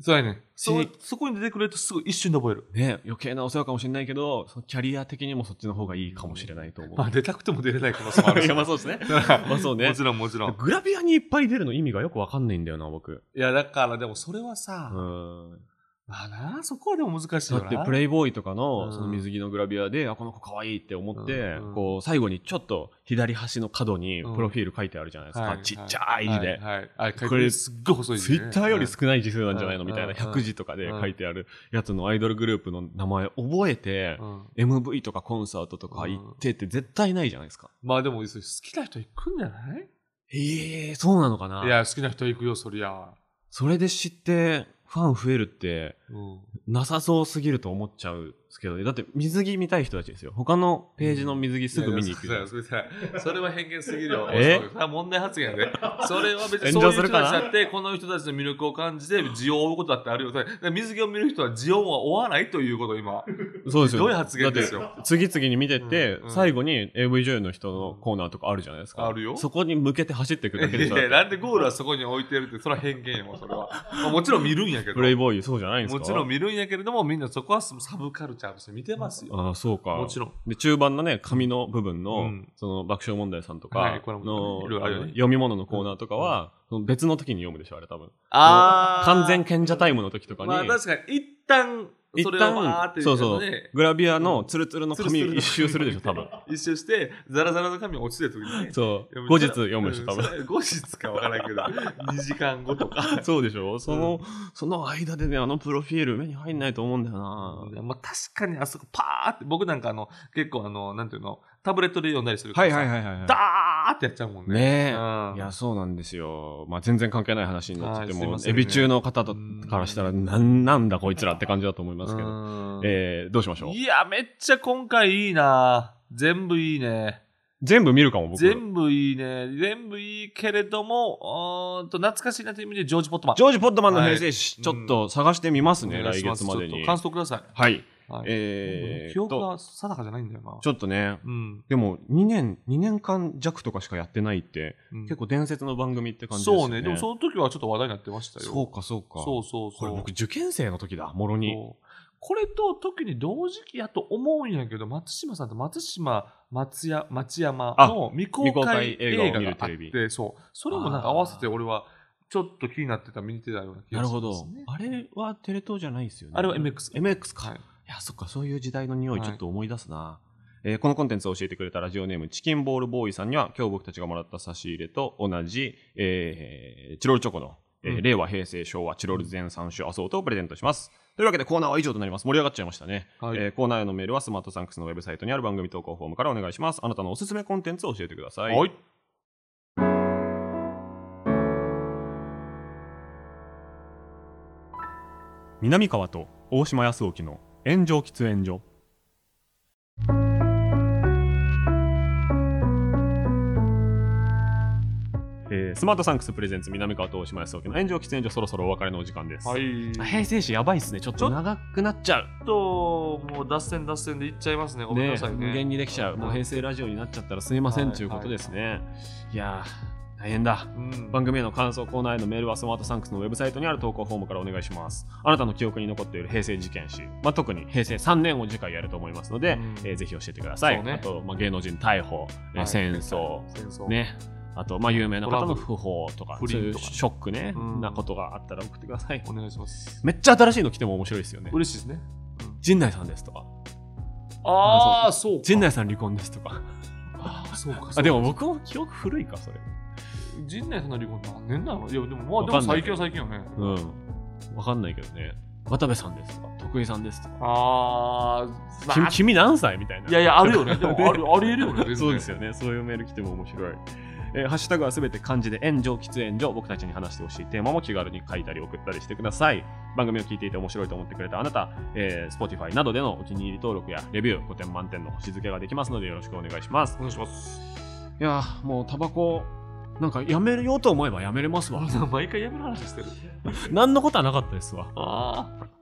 Speaker 3: そうやね。そ
Speaker 2: し
Speaker 3: そこに出てくれるとすぐ一瞬で覚える。
Speaker 2: ね余計なお世話かもしれないけどそのキャリア的にもそっちの方がいいかもしれないと思う、
Speaker 3: まあ出たくても出れない可能性もある
Speaker 2: <laughs>
Speaker 3: し。
Speaker 2: いやまあそうですね
Speaker 3: <laughs>
Speaker 2: まあそうね
Speaker 3: もちろんもちろん。
Speaker 2: グラビアにいっぱい出るの意味がよくわかんないんだよな僕
Speaker 3: いやだからでもそれはさ、
Speaker 2: うん
Speaker 3: まあな、そこはでも難しい
Speaker 2: だっ
Speaker 3: よな。
Speaker 2: てプレイボーイとか
Speaker 3: うん
Speaker 2: のその水着のグラビアで、あこの子可愛いって思って、
Speaker 3: うんうん
Speaker 2: こう最後にちょっと左端の角に
Speaker 3: うん
Speaker 2: プロフィール書いてあるじゃないですか、
Speaker 3: はい
Speaker 2: ちっちゃい字で、
Speaker 3: はいはい。あ
Speaker 2: これ
Speaker 3: すっごい細い字
Speaker 2: ツイ
Speaker 3: ね
Speaker 2: ッターより少ない字数なんじゃないの
Speaker 3: うん
Speaker 2: みたいな
Speaker 3: うん
Speaker 2: 100字とかで書いてあるやつのアイドルグループの名前覚えて
Speaker 3: う、ん
Speaker 2: MV とかコンサートとか行ってって絶対ないじゃないですか。
Speaker 3: まあでも、そう好きな人行くんじゃない
Speaker 2: ええそうなのかない
Speaker 3: や、好きな人行くよ、そりゃ。
Speaker 2: それで知ってファン増えるって
Speaker 3: うん
Speaker 2: なさそうすぎると思っちゃうんですけどね、だって水着見たい人たちですよ。他のページの水着すぐ見に行くじゃないですか。
Speaker 3: いやいやそれそれは偏見すぎるよ。
Speaker 2: え
Speaker 3: それは問題発言やで。それは別にそ
Speaker 2: 炎上
Speaker 3: ういう人
Speaker 2: す
Speaker 3: た
Speaker 2: る
Speaker 3: ち
Speaker 2: かな
Speaker 3: だって、この人たちの魅力を感じて、需要を追うことだってあるよ。だから水着を見る人は需要は追わないというこ
Speaker 2: <laughs>
Speaker 3: と、今。
Speaker 2: そうですよ。
Speaker 3: ひどい発言ですよ
Speaker 2: だって次々に見てって、
Speaker 3: うんうん
Speaker 2: 最後に AV 女優の人のコーナーとかあるじゃないですか。
Speaker 3: あるよ
Speaker 2: そこに向けて走っていくだけで
Speaker 3: い
Speaker 2: さ
Speaker 3: や、なんでゴールはそこに置いてるって、それは偏見よ、それは。まあもちろん見るんややけど
Speaker 2: プレイボーイそうじゃないんですか
Speaker 3: もちろん見るんやけれどもみんなそこはサブカルチャーとして見てますよ
Speaker 2: ああそうか
Speaker 3: もちろん
Speaker 2: で中盤のね紙の部分の,、
Speaker 3: うん
Speaker 2: その爆笑問題さんと
Speaker 3: は
Speaker 2: か
Speaker 3: いこれも
Speaker 2: の、
Speaker 3: いろいろあるよね
Speaker 2: 読み物のコーナーとかは、その別の時に読むでしょあれ多分
Speaker 3: あ
Speaker 2: 完全賢者タイムの時とかに、
Speaker 3: まあ確かに一旦それをバーって
Speaker 2: そう
Speaker 3: の
Speaker 2: そう
Speaker 3: で
Speaker 2: グラビアのツルツルの紙
Speaker 3: うん
Speaker 2: 一周するでしょ多分
Speaker 3: <laughs> 一周してザラザラの紙落ちてる時にね
Speaker 2: そう
Speaker 3: 読む
Speaker 2: 後日読むでしょ多
Speaker 3: うん
Speaker 2: 分
Speaker 3: それ後日かわからんけ <laughs> ど2時間後とか
Speaker 2: そうでしょその、その間でねあのプロフィール目に入んないと思うんだよな、
Speaker 3: まあ、確かにあそこパーって僕なんかあの結構あのなんていうのタブレットで読んだりするからさ
Speaker 2: はいはい
Speaker 3: ダーってやっちゃうもんね
Speaker 2: ねえ、
Speaker 3: うん
Speaker 2: いやそうなんですよ、まあ、全然関係ない話になっちゃって
Speaker 3: はいすい
Speaker 2: もう
Speaker 3: ませ
Speaker 2: エ
Speaker 3: んね
Speaker 2: ビ中の方とからしたらなんなんだこいつらって感じだと思いますけ
Speaker 3: う
Speaker 2: ど、
Speaker 3: ん
Speaker 2: えーどうしましょう
Speaker 3: いやめっちゃ今回いいな全部いいね
Speaker 2: 全部見るかも僕ジ
Speaker 3: 全部いいね全部いいけれどもうーんと懐かしいなという意味でジョージ・ポットマン
Speaker 2: ョージ・ポットマンの平成史、
Speaker 3: はい
Speaker 2: ちょっと探してみますね、
Speaker 3: お願い
Speaker 2: 来
Speaker 3: します
Speaker 2: 月まで
Speaker 3: ちょっ
Speaker 2: に
Speaker 3: と感想ください
Speaker 2: はい
Speaker 3: はい
Speaker 2: えー、
Speaker 3: 記憶
Speaker 2: と
Speaker 3: が定かじゃないんだよな
Speaker 2: ちょっとね
Speaker 3: うん
Speaker 2: でも2年2年間弱とかしかやってないって、
Speaker 3: うん
Speaker 2: 結構伝説の番組って感じですよね
Speaker 3: そうねでもその時はちょっと話題になってましたよ
Speaker 2: そうかそうか
Speaker 3: そうそうそう
Speaker 2: これ僕受験生の時だもろに
Speaker 3: そうこれと時に同時期やと思うんやけど松島さんと松島松や町山の未公開
Speaker 2: 未公開映
Speaker 3: 映
Speaker 2: 画を
Speaker 3: 画
Speaker 2: 見
Speaker 3: が
Speaker 2: る
Speaker 3: あ
Speaker 2: テレ
Speaker 3: っ
Speaker 2: ビ
Speaker 3: てそうそれもなんか合わせて俺はちょっと気になってた見に行ってたような気
Speaker 2: な
Speaker 3: が
Speaker 2: る
Speaker 3: しま
Speaker 2: ほ
Speaker 3: す、ね、
Speaker 2: ど、あれはテレ東じゃないですよね
Speaker 3: あれは MX
Speaker 2: MX か、
Speaker 3: はいい、
Speaker 2: やそっかそういう時代の匂い
Speaker 3: はい
Speaker 2: ちょっと思い出すな、えーこのコンテンツを教えてくれたラジオネームチキンボールボーイさんには今日僕たちがもらった差し入れと同じ、えーチロルチョコの、えー
Speaker 3: うん
Speaker 2: 令和平成昭和チロル全3種アソートをプレゼントしますというわけでコーナーは以上となります盛り上がっちゃいましたね、
Speaker 3: はい
Speaker 2: えーコーナーへのメールはスマートサンクスのウェブサイトにある番組投稿フォームからお願いしますあなたのおすすめコンテンツを教えてください
Speaker 3: はい
Speaker 2: 南川と大島康沖の炎上喫煙所えースマートサンクスプレゼンツ南川と大島康沖の炎上喫煙所そろそろお別れのお時間です、
Speaker 3: はい
Speaker 2: 平成史やばいっすねちょっと長くなっちゃう
Speaker 3: ちょっともう脱線脱線でいっちゃいますねごめんなさい
Speaker 2: 無
Speaker 3: ね
Speaker 2: 限にできちゃうもう平成ラジオになっちゃったらすいませんということですね、いやー大変だ
Speaker 3: うん
Speaker 2: 番組への感想コーナーへのメールはスマートサンクスのウェブサイトにある投稿フォームからお願いしますあなたの記憶に残っている平成事件史、まあ、特に平成3年を次回やると思いますので、
Speaker 3: うん
Speaker 2: えーぜひ教えてください、
Speaker 3: そうね
Speaker 2: あと、まあ、芸能人逮捕、えー
Speaker 3: はい
Speaker 2: 戦争
Speaker 3: 戦争
Speaker 2: ねあと、まあ、有名な方
Speaker 3: トラ
Speaker 2: の
Speaker 3: ブル
Speaker 2: 訃報とか
Speaker 3: 不
Speaker 2: そういう
Speaker 3: 倫とかね
Speaker 2: ショックね、
Speaker 3: うん
Speaker 2: なことがあったら送ってください
Speaker 3: お願いします
Speaker 2: めっちゃ新しいの来ても面白いですよね
Speaker 3: 嬉しいですね
Speaker 2: 陣内さんですとか
Speaker 3: ああそうか
Speaker 2: 陣内さん離婚ですとか
Speaker 3: あーそうかそうか
Speaker 2: あでも僕も記憶古いかそれ
Speaker 3: 陣内さんの離婚何年なのいやでもまあで
Speaker 2: わ
Speaker 3: も
Speaker 2: かんない
Speaker 3: 最近は最近よね
Speaker 2: うんわかんないけどね渡部さんですとか徳井さんですとか
Speaker 3: あー、まあ、
Speaker 2: 君君何歳みたいない
Speaker 3: やいや、あるよね。で
Speaker 2: <laughs>
Speaker 3: も、ある、ありえるよね。全然
Speaker 2: そうですよね。そういうメール来ても面白い。えーハッシュタグはすべて漢字で炎上喫煙所僕たちに話してほしいテーマも気軽に書いたり送ったりしてください番組を聞いていて面白いと思ってくれたあなた、えー Spotify などでのお気に入り登録やレビュー5点満点の星付けができますのでよろしくお願いします
Speaker 3: お願いします。
Speaker 2: いやーもうタバコなんかやめ <laughs> ようと思えばやめれますわ
Speaker 3: 毎回やめる話してる。
Speaker 2: 何のことはなかったですわ
Speaker 3: ああ。